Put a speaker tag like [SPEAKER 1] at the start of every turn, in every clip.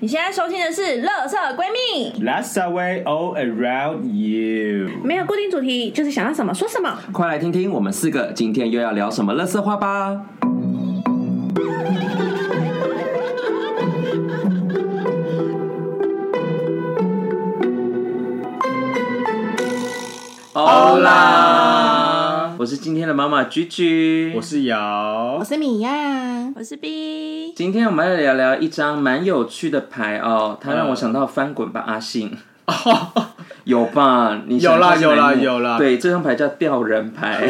[SPEAKER 1] 你现在收听的是《乐色闺蜜》，
[SPEAKER 2] Let's away all around you。
[SPEAKER 1] 没有固定主题，就是想要什么说什么。
[SPEAKER 3] 快来听听我们四个今天又要聊什么乐色话吧！欧啦！我是今天的妈妈居居，
[SPEAKER 2] 我是瑶
[SPEAKER 4] 我，是米娅，
[SPEAKER 1] 嗯我是 B，
[SPEAKER 3] 今天我们来聊聊一张蛮有趣的牌哦，它让我想到翻滚吧阿 信。有吧？你
[SPEAKER 2] 嗯哦
[SPEAKER 3] 想
[SPEAKER 2] 有啦
[SPEAKER 3] 它是哪一
[SPEAKER 2] 有
[SPEAKER 3] 幕
[SPEAKER 2] 啦有啦
[SPEAKER 3] 对，这张牌叫吊人牌，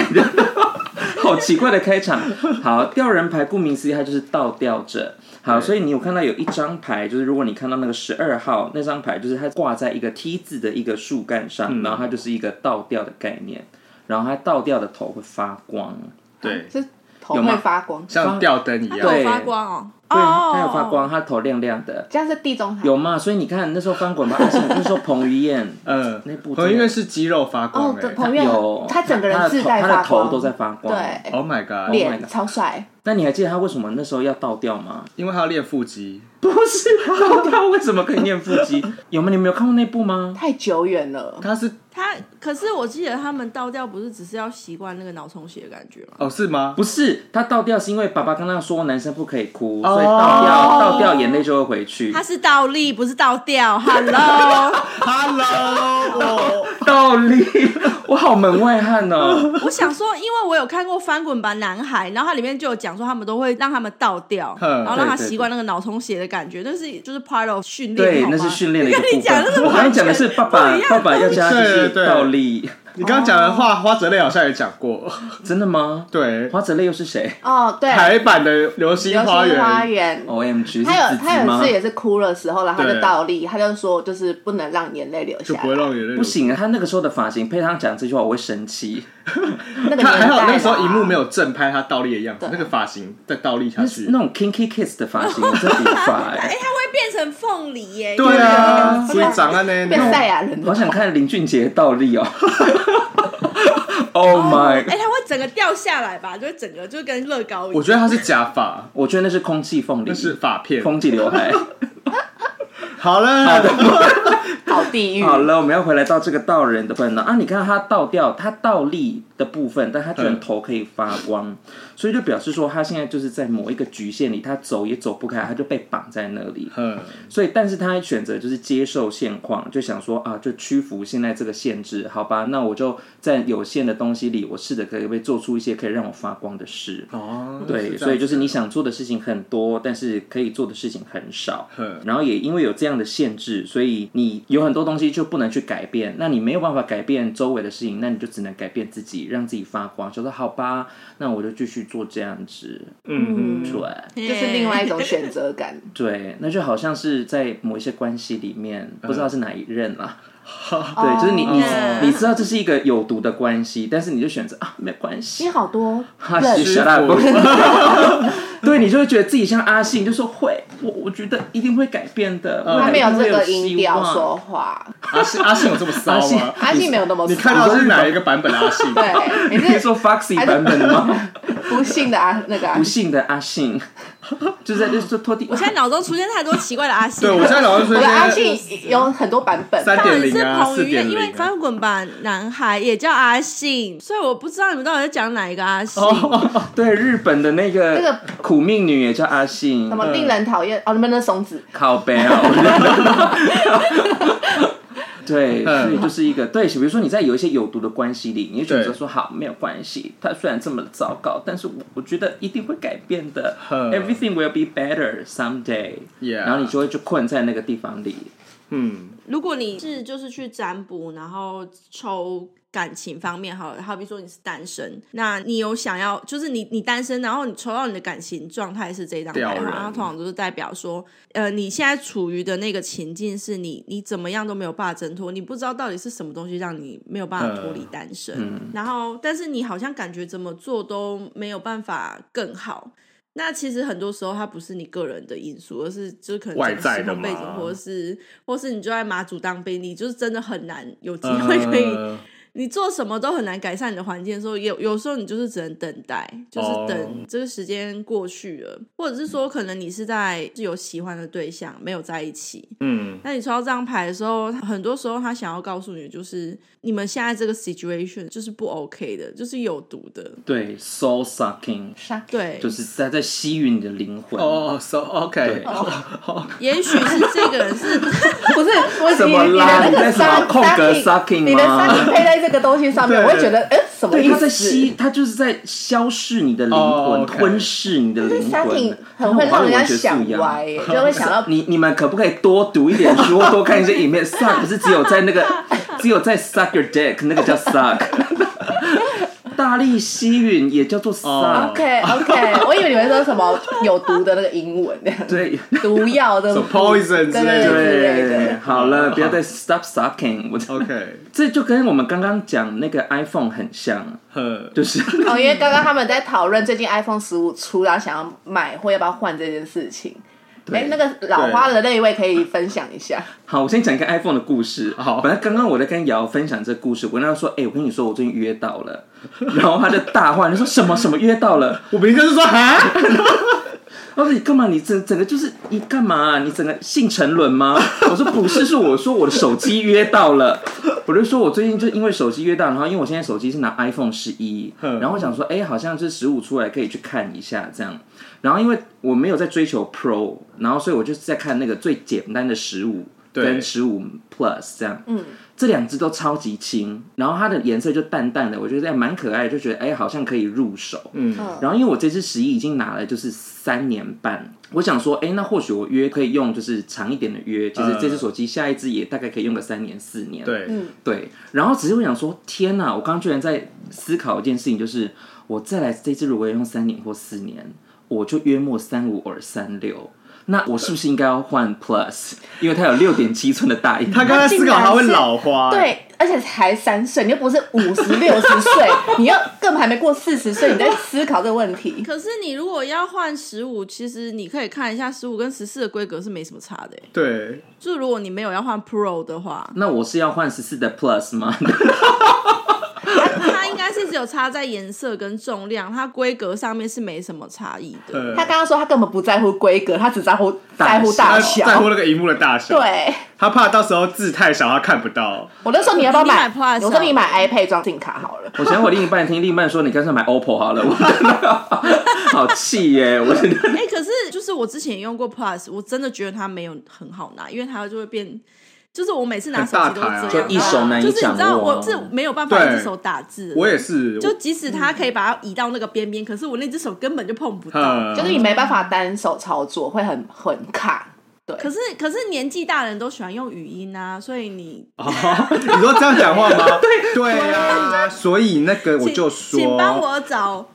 [SPEAKER 3] 好奇怪的开场。好，吊人牌顾名思义，它就是倒吊着。好，所以你有看到有一张牌，就是如果你看到那个十二号那张牌，就是它挂在一个 T 字的一个树干上，
[SPEAKER 2] 嗯
[SPEAKER 3] 然后它就是一个倒吊的概念，然后它倒吊的头会发光。
[SPEAKER 2] 对，
[SPEAKER 4] 是头
[SPEAKER 3] 有吗
[SPEAKER 4] 会发光，这
[SPEAKER 2] 像吊灯一样。
[SPEAKER 3] 对
[SPEAKER 1] 发光哦，
[SPEAKER 3] 对，
[SPEAKER 1] 哦
[SPEAKER 3] 它有发光，它头亮亮的。
[SPEAKER 4] 样是地中海。
[SPEAKER 3] 有嘛？所以你看那时候翻滚吧， 而且那时候彭于晏
[SPEAKER 2] 嗯
[SPEAKER 3] 那部，
[SPEAKER 2] 彭于晏是肌肉发光
[SPEAKER 4] 哦，对，彭于
[SPEAKER 2] 哎。
[SPEAKER 4] 晏
[SPEAKER 3] 有
[SPEAKER 4] 他整个人自带
[SPEAKER 3] 他的头他
[SPEAKER 4] 发
[SPEAKER 3] 的
[SPEAKER 4] 光，
[SPEAKER 3] 头都在发光。，
[SPEAKER 4] 对，
[SPEAKER 2] Oh my god！
[SPEAKER 3] Oh my
[SPEAKER 4] 脸
[SPEAKER 3] god
[SPEAKER 4] 超帅，
[SPEAKER 3] 那你还记得他为什么那时候要倒吊吗？
[SPEAKER 2] 因为他要练腹肌，
[SPEAKER 3] 不是倒吊为什么可以练腹肌？有吗？你们有看过那部吗？
[SPEAKER 4] 太久远了。
[SPEAKER 2] 他是
[SPEAKER 5] 他可是我记得他们倒吊不是只是要习惯那个脑充血的感觉吗？
[SPEAKER 2] 哦是吗？
[SPEAKER 3] 不是，他倒吊是因为爸爸刚刚说男生不可以哭，
[SPEAKER 2] 哦
[SPEAKER 3] 所以倒吊倒吊眼泪就会回去
[SPEAKER 5] 他。是倒立，不是倒吊。Hello，
[SPEAKER 2] Hello，我
[SPEAKER 3] 倒立，我好门外汉 哦。
[SPEAKER 5] 我想说，因为我有看过《翻滚吧男孩》，然后它里面就有讲说他们都会让他们倒 吊，
[SPEAKER 2] 嗯
[SPEAKER 5] 然后让他
[SPEAKER 3] 对对
[SPEAKER 5] 习惯那个脑充血的感觉，那是就是 part of 训练，
[SPEAKER 3] 对
[SPEAKER 5] 好，吗
[SPEAKER 3] 那是训练的一个
[SPEAKER 5] 跟你
[SPEAKER 3] 部
[SPEAKER 5] 讲的是
[SPEAKER 3] 分。我刚才讲的是爸爸
[SPEAKER 5] 完，全
[SPEAKER 3] 爸爸要加就是
[SPEAKER 2] 对对对
[SPEAKER 3] 倒立，
[SPEAKER 2] 你刚刚讲的话，花泽类好像也讲过，
[SPEAKER 3] 真的吗？
[SPEAKER 2] 对，
[SPEAKER 3] 花泽类又是谁
[SPEAKER 4] 哦，对，
[SPEAKER 2] 台版的《流星
[SPEAKER 4] 流
[SPEAKER 2] 花
[SPEAKER 4] 星
[SPEAKER 2] 园
[SPEAKER 4] 花》园。
[SPEAKER 3] ？O M 哦 G，是
[SPEAKER 4] 他有
[SPEAKER 3] 子
[SPEAKER 4] 他
[SPEAKER 3] 子
[SPEAKER 4] 有一
[SPEAKER 3] 吗
[SPEAKER 4] 次？也是哭的时候，然后他
[SPEAKER 2] 对
[SPEAKER 4] 就倒立，他就说就是不能让眼泪流
[SPEAKER 2] 就
[SPEAKER 4] 下
[SPEAKER 2] 不会
[SPEAKER 4] 来。
[SPEAKER 2] 让人
[SPEAKER 3] 不，行啊，他那个时候的发型配上讲这句话，我会生气。
[SPEAKER 4] 那个
[SPEAKER 2] 他还好
[SPEAKER 4] 年代啊
[SPEAKER 2] 那个时候
[SPEAKER 4] 啦
[SPEAKER 2] 荧幕没有正拍他倒立的样子，
[SPEAKER 4] 对
[SPEAKER 2] 那个发型再倒立下
[SPEAKER 3] 那
[SPEAKER 2] 去
[SPEAKER 3] 是那，种 kinky kiss 的发型，我真的无法
[SPEAKER 5] 哎、
[SPEAKER 3] 哎、
[SPEAKER 5] 他会变成凤梨耶、
[SPEAKER 2] 对啊，
[SPEAKER 4] 对
[SPEAKER 2] 所以长安呢，
[SPEAKER 4] 变赛亚人
[SPEAKER 3] 好
[SPEAKER 4] 了，
[SPEAKER 3] 想看林俊杰倒立 哦。oh my！、
[SPEAKER 5] 哎、他会整个掉下来吧？就会整个就跟乐高一
[SPEAKER 2] 我
[SPEAKER 5] 样。
[SPEAKER 2] 觉得他是假发，
[SPEAKER 3] 我觉得那是空气凤梨
[SPEAKER 2] 那，是 发片。
[SPEAKER 3] 空气刘 海。
[SPEAKER 2] 好 了，
[SPEAKER 4] 好地狱。
[SPEAKER 3] 好了，我们要回来到这个倒人的部分了啊！你看他倒掉，他倒立的部分，但他居然
[SPEAKER 2] 嗯
[SPEAKER 3] 头可以发光，所以就表示说他现在就是在某一个局限里，他走也走不开，他就被绑在那里。
[SPEAKER 2] 嗯，
[SPEAKER 3] 所以，但是他选择就是接受现况，就想说啊，就屈服现在这个限制，好吧？那我就在有限的东西里，我试着可以做出一些可以让我发光的事。
[SPEAKER 2] 哦，
[SPEAKER 3] 对，所以就是你想做的事情很多，但是可以做的事情很少。
[SPEAKER 2] 哼
[SPEAKER 3] 然后也因为有这样的限制，所以你有很多东西就不能去改变。那你没有办法改变周围的事情，那你就只能改变自己，让自己发光。就说好吧，那我就继续做这样子。
[SPEAKER 2] 嗯
[SPEAKER 3] 对。
[SPEAKER 4] 就是另外一种选择感。
[SPEAKER 3] 对，那就好像是在某一些关系里面，不知道是哪一任啦。对，就是你
[SPEAKER 4] 哦
[SPEAKER 3] 你你知道这是一个有毒的关系，但是你就选择啊，没关
[SPEAKER 4] 你
[SPEAKER 3] 系，
[SPEAKER 4] 好多
[SPEAKER 3] 哈
[SPEAKER 4] 认
[SPEAKER 3] 是
[SPEAKER 2] 师
[SPEAKER 3] shut up
[SPEAKER 2] 傅
[SPEAKER 3] 对你就会觉得自己像阿信，就说会，我我觉得一定会改变的。
[SPEAKER 2] 嗯
[SPEAKER 3] 未来
[SPEAKER 4] 他没有
[SPEAKER 3] 一定会
[SPEAKER 4] 这
[SPEAKER 3] 有
[SPEAKER 4] 个
[SPEAKER 3] 希
[SPEAKER 4] 音调
[SPEAKER 3] 望
[SPEAKER 4] 说话，
[SPEAKER 2] 阿信阿信有这么骚
[SPEAKER 3] 阿信
[SPEAKER 2] 吗？
[SPEAKER 4] 阿信没有那么
[SPEAKER 2] 你看到的是哪一个版本的阿信？
[SPEAKER 4] 对，你
[SPEAKER 3] 你是
[SPEAKER 4] 是
[SPEAKER 3] 说 Foxy 版本 的吗？
[SPEAKER 4] 不幸 的啊，那个啊
[SPEAKER 3] 不幸的阿信， 就在就是拖地。
[SPEAKER 5] 我现在脑中出现太多奇怪的阿信。
[SPEAKER 2] 对，我现在老是说
[SPEAKER 4] 我的阿
[SPEAKER 2] 一些
[SPEAKER 4] 信有很多版本，
[SPEAKER 2] 三
[SPEAKER 5] 到
[SPEAKER 2] 点
[SPEAKER 5] 底是
[SPEAKER 2] 零啊，
[SPEAKER 5] 彭
[SPEAKER 2] 四
[SPEAKER 5] 于晏，
[SPEAKER 2] 点
[SPEAKER 5] 因为
[SPEAKER 2] 零啊。
[SPEAKER 5] 翻滚吧男孩也叫阿信，所以我不知道你们到底在讲哪一个阿信。
[SPEAKER 2] 哦，
[SPEAKER 3] 对日本的那
[SPEAKER 4] 那
[SPEAKER 3] 个
[SPEAKER 4] 个
[SPEAKER 3] 苦命女也叫阿信
[SPEAKER 4] 什，么令人讨
[SPEAKER 3] 嗯
[SPEAKER 4] 厌哦，你们的怂子
[SPEAKER 3] 靠背哦。 对，
[SPEAKER 2] 嗯
[SPEAKER 3] 所以就是一个对，比如说你在有一些有毒的关系里，你就选择说好，没有关系，它虽然这么糟糕，但是我我觉得一定会改变的
[SPEAKER 2] 嗯
[SPEAKER 3] ，everything will be better someday。
[SPEAKER 2] Yeah
[SPEAKER 3] 然后你就会就困在那个地方里，
[SPEAKER 2] 嗯，
[SPEAKER 5] 如果你是就是去占卜，然后抽感情方面好了，好比说你是单身，那你有想要就是你你单身，然后你抽到你的感情状态是这张牌
[SPEAKER 2] 吊
[SPEAKER 5] 的
[SPEAKER 2] 人
[SPEAKER 5] 话，然后通常就是代表说，呃，你现在处于的那个情境是你你怎么样都没有办法挣脱，你不知道到底是什么东西让你没有办法脱离单身，
[SPEAKER 2] 嗯
[SPEAKER 5] 然后但是你好像感觉怎么做都没有办法更好。那其实很多时候，它不是你个人的因素，而是就是可能
[SPEAKER 2] 外
[SPEAKER 5] 整个
[SPEAKER 2] 在
[SPEAKER 5] 时
[SPEAKER 2] 的
[SPEAKER 5] 空背景
[SPEAKER 2] 嘛
[SPEAKER 3] 嗯
[SPEAKER 5] 或者是或是你就在马祖当兵，你就是真的很难有机会可以
[SPEAKER 2] 呃
[SPEAKER 5] 你做什么都很难改善你的环境的时候，有有时候你就是只能等待，就是
[SPEAKER 2] 哦
[SPEAKER 5] 等这个时间过去了，或者是说可能你是在是有喜欢的对象没有在一起，
[SPEAKER 2] 嗯，
[SPEAKER 5] 那你抽到这张牌的时候，很多时候他想要告诉你的就是你们现在这个 situation 就是不 OK 的，就是有毒的，
[SPEAKER 3] 对，soul sucking，
[SPEAKER 4] 杀
[SPEAKER 5] 对，
[SPEAKER 3] 就是在在吸吮你的灵魂。
[SPEAKER 2] 哦，so
[SPEAKER 3] 对
[SPEAKER 2] OK，，
[SPEAKER 5] 也许是这个人是
[SPEAKER 4] 不 是我
[SPEAKER 3] 什么
[SPEAKER 4] 你你
[SPEAKER 3] 啦
[SPEAKER 4] 的那
[SPEAKER 3] 你在
[SPEAKER 4] 个
[SPEAKER 3] 什么
[SPEAKER 4] 杀
[SPEAKER 3] 空格
[SPEAKER 4] 杀
[SPEAKER 3] sucking
[SPEAKER 4] 你的
[SPEAKER 3] 吗
[SPEAKER 4] 杀你配在这个东西上面，
[SPEAKER 2] 对
[SPEAKER 4] 我会觉得哎什么
[SPEAKER 3] 对，
[SPEAKER 4] 意
[SPEAKER 3] 他在
[SPEAKER 4] 思？
[SPEAKER 3] 吸，他就是在消逝你的灵
[SPEAKER 2] 哦
[SPEAKER 3] 魂，
[SPEAKER 2] ，OK
[SPEAKER 3] 吞噬你的
[SPEAKER 4] 这
[SPEAKER 3] 灵
[SPEAKER 4] 杀挺
[SPEAKER 3] 魂，
[SPEAKER 4] 很会让人家
[SPEAKER 3] 跟我们完
[SPEAKER 4] 想
[SPEAKER 3] 全不一样
[SPEAKER 4] 歪耶，就会 想到
[SPEAKER 3] 你你们可不可以多读一点书，或多看一些影片？Suck 不是只有在那个，只有在 suck your dick 那个叫 suck，大力吸吮也叫做 suck，、
[SPEAKER 2] 哦
[SPEAKER 4] OK OK，我以为你们说什么有毒的那个英文那样，
[SPEAKER 3] 对
[SPEAKER 4] 毒药的
[SPEAKER 2] 什么 poison 之类
[SPEAKER 4] 对
[SPEAKER 2] 的
[SPEAKER 4] 对
[SPEAKER 3] 对
[SPEAKER 4] 对，
[SPEAKER 3] 好了，不要再 stop sucking，我操，
[SPEAKER 2] ，OK，
[SPEAKER 3] 这就跟我们刚刚讲那个 iPhone 很像，
[SPEAKER 2] 呵，
[SPEAKER 3] 就是
[SPEAKER 4] 哦，因为刚刚他们在讨论最近 iPhone 十五出，然后想要买或要不要换这件事情。哎，那个老花的那一位可以分享一下。
[SPEAKER 3] 好，我先讲一个 iPhone 的故事。
[SPEAKER 2] 好
[SPEAKER 3] 本来刚刚我在跟瑶分享这个故事，我跟她说：“哎、我跟你说，我最近约到了。”然后她就大唤：“你说什么什么约到了
[SPEAKER 2] 我明哥就说哈，？”
[SPEAKER 3] 我哦说：“你干嘛？你整整个就是你干嘛、你整个性沉沦吗？” 我说：“不是，是我说我的手机约到了。”我就说我最近就因为手机约到，然后因为我现在手机是拿 iPhone 十一，
[SPEAKER 2] 嗯
[SPEAKER 3] 然后我想说，哎、好像是十五出来可以去看一下这样。然后因为我没有在追求 Pro，然后所以我就是在看那个最简单的十五
[SPEAKER 2] 对
[SPEAKER 3] 跟十五 Plus 这样。嗯，这两只都超级轻，然后它的颜色就淡淡的，我觉得哎蛮可爱的，就觉得哎、好像可以入手。
[SPEAKER 2] 嗯
[SPEAKER 3] 然后因为我这支十一已经拿了就是三年半，我想说，哎，那或许我约可以用就是长一点的约，其实这只手机下一只也大概可以用个三年四年。
[SPEAKER 2] 嗯对，
[SPEAKER 3] 对，然后只是我想说，天哪！我刚刚居然在思考一件事情，就是我再来这支如果要用三年或四年，我就约莫三五或三六。那我是不是应该要换 Plus？因为它有六点七寸的大荧幕。
[SPEAKER 2] 他刚才思考他会老花，，
[SPEAKER 4] 对，而且才三岁，你又不是五十六十 岁，你又根本还没过四十岁，你在思考这个问题。
[SPEAKER 5] 可是你如果要换十五，其实你可以看一下十五跟十四的规格是没什么差的欸。
[SPEAKER 2] 对，
[SPEAKER 5] 就如果你没有要换 Pro 的 话，
[SPEAKER 3] 那我是要换十四的 Plus 吗？
[SPEAKER 5] 它应该是只有差在颜色跟重量，它规格上面是没什么差异的。
[SPEAKER 2] 呃
[SPEAKER 4] 他刚刚说他根本不在乎规格，他只在乎
[SPEAKER 3] 大
[SPEAKER 4] 在乎大
[SPEAKER 2] 他在乎
[SPEAKER 4] 小。
[SPEAKER 2] 那个荧幕的大小，，
[SPEAKER 4] 对，
[SPEAKER 2] 他怕到时候字太小他看不到，
[SPEAKER 4] 我那时候你要不要
[SPEAKER 5] 你买
[SPEAKER 4] 买？
[SPEAKER 5] Plus
[SPEAKER 4] 我说你买 iPad 装进卡好了。
[SPEAKER 3] 我想我另一半听另一半说，你干脆买 OPPO 好了。我 好气耶！我真的
[SPEAKER 5] 哎、可是就是我之前也用过 Plus，我真的觉得它没有很好拿，因为它就会变。就是我每次拿手机
[SPEAKER 2] 很
[SPEAKER 5] 都
[SPEAKER 2] 大台啊
[SPEAKER 5] 这样，
[SPEAKER 3] 就一手难以
[SPEAKER 5] 就是你知道
[SPEAKER 3] 掌握啊
[SPEAKER 5] 我是没有办法
[SPEAKER 2] 对
[SPEAKER 5] 一只手打字的，
[SPEAKER 2] 我也是，
[SPEAKER 5] 就即使它可以把它移到那个边边，可是我那只手根本就碰不到。
[SPEAKER 2] 呵，
[SPEAKER 4] 就是你没办法单手操作，会很很卡。对，
[SPEAKER 5] 可是可是年纪大的人都喜欢用语音啊，所以你
[SPEAKER 2] 哦 你说这样讲话吗？对对呀，所以那个我
[SPEAKER 5] 请
[SPEAKER 2] 就
[SPEAKER 5] 请帮
[SPEAKER 2] 说，
[SPEAKER 5] 我找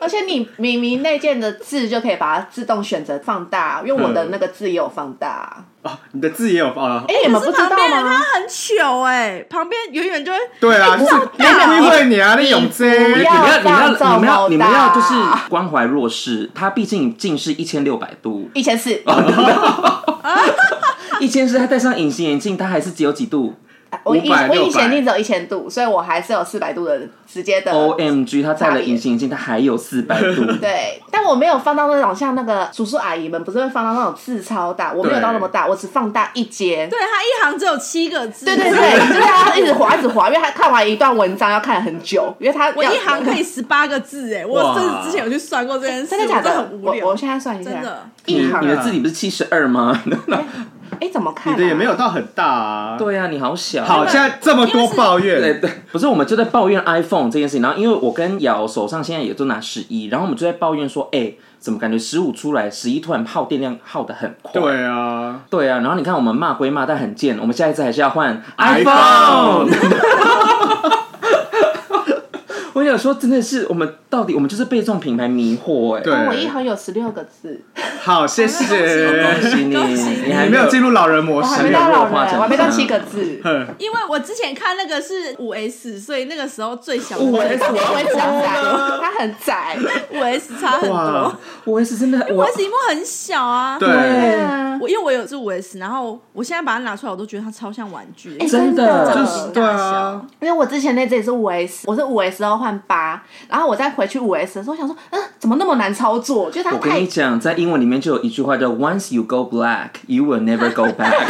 [SPEAKER 4] 而且你明明内建的字就可以把它自动选择放大，因为我的那个字也有放大。
[SPEAKER 2] 哦，你的字也有啊，
[SPEAKER 4] 哎、你们不
[SPEAKER 5] 嗯是
[SPEAKER 4] 知道
[SPEAKER 5] 旁边人啊他
[SPEAKER 4] 吗？
[SPEAKER 5] 很糗哎、旁边远远就会
[SPEAKER 2] 对啊，是
[SPEAKER 4] 没有
[SPEAKER 2] 归会你啊，那永
[SPEAKER 4] 不
[SPEAKER 2] 贞
[SPEAKER 4] 要
[SPEAKER 3] 你们要你们
[SPEAKER 4] 大
[SPEAKER 3] 要你
[SPEAKER 4] 造
[SPEAKER 3] 们要
[SPEAKER 4] 毛
[SPEAKER 3] 你们要
[SPEAKER 4] 大
[SPEAKER 3] 就是关怀弱势，它毕竟近视一千六百度，
[SPEAKER 4] 一千四，
[SPEAKER 2] 哦
[SPEAKER 3] 一千是他戴上隐形眼镜，他还是只有几度
[SPEAKER 4] 我以
[SPEAKER 2] 500
[SPEAKER 4] 我以前
[SPEAKER 2] 600
[SPEAKER 4] 镜只有一千度，所以我还是有四百度的直接的。
[SPEAKER 2] 哦
[SPEAKER 3] ？O M G，他戴了隐形眼镜，他还有四百度。
[SPEAKER 4] 对，但我没有放到那种像那个叔叔阿姨们不是会放到那种字超大，我没有到那么大，我只放大一阶。
[SPEAKER 5] 对他一行只有七个字，哎
[SPEAKER 4] 对对对，就是他一直滑一直滑，因为他看完一段文章要看很久，因为他
[SPEAKER 5] 我
[SPEAKER 4] 要
[SPEAKER 5] 一行可以十八个字哎、我
[SPEAKER 2] 哇
[SPEAKER 5] 甚至之前有去算过这件事，
[SPEAKER 4] 真的假
[SPEAKER 5] 我真
[SPEAKER 4] 的
[SPEAKER 5] 很？无
[SPEAKER 4] 我
[SPEAKER 5] 聊，
[SPEAKER 4] 我现在算一下，
[SPEAKER 5] 真的
[SPEAKER 3] 你
[SPEAKER 4] 一行
[SPEAKER 3] 你的字体不是七十二吗？
[SPEAKER 4] 哎怎么看、
[SPEAKER 2] 你
[SPEAKER 4] 啊？
[SPEAKER 2] 的也没有到很大啊。
[SPEAKER 3] 对啊，你好小。
[SPEAKER 2] 好，现在这么多抱
[SPEAKER 3] 对
[SPEAKER 2] 怨，
[SPEAKER 3] 对，不是我们就在抱怨 iPhone 这件事情，然后因为我跟瑶手上现在也都拿十一，然后我们就在抱怨说，哎、怎么感觉十五出来，十一突然耗电量耗的很快。
[SPEAKER 2] 对啊，
[SPEAKER 3] 对啊，然后你看我们骂归骂，但很贱，我们下一次还是要换
[SPEAKER 2] iPhone
[SPEAKER 3] iPhone。我想说，真的是我们到底我们就是被这种品牌迷惑哎、
[SPEAKER 2] 对
[SPEAKER 4] 我一行有十六个字，
[SPEAKER 2] 好，谢
[SPEAKER 3] 恭
[SPEAKER 2] 谢。
[SPEAKER 3] 喜你，
[SPEAKER 5] 恭喜你
[SPEAKER 3] 你还
[SPEAKER 2] 你没有进入老人模
[SPEAKER 4] 我还没
[SPEAKER 2] 式，
[SPEAKER 4] 到
[SPEAKER 3] 没
[SPEAKER 4] 老
[SPEAKER 3] 有化
[SPEAKER 4] 人，
[SPEAKER 3] 成嗯
[SPEAKER 4] 我还没到
[SPEAKER 3] 这样
[SPEAKER 4] 七 个字。
[SPEAKER 2] 哼
[SPEAKER 5] 因为我之前看那个是五 S，所以那个时候最小
[SPEAKER 3] 五
[SPEAKER 5] 五
[SPEAKER 3] S
[SPEAKER 4] 我会讲窄，它很窄。
[SPEAKER 5] 五 S 差很多
[SPEAKER 2] 哇，
[SPEAKER 3] 我也是真的，我
[SPEAKER 5] ，S 屏幕很小啊。
[SPEAKER 2] 对，
[SPEAKER 4] 啊，
[SPEAKER 5] 我因为我有有一只 Wes，然后我现在把它拿出来，我都觉得它超像玩具。
[SPEAKER 4] 哎
[SPEAKER 3] 真的
[SPEAKER 4] 真
[SPEAKER 2] 就
[SPEAKER 4] 的
[SPEAKER 2] 是对 啊，
[SPEAKER 4] 因为我之前那只也是五 S，我是五 S 然后换八，然后我再回去五 S 的时候，我想说，嗯，怎么那么难操作？就是它
[SPEAKER 3] 我跟
[SPEAKER 4] 太
[SPEAKER 3] 你讲，在英文里面就有一句话叫 “Once you go black, you will never go back”。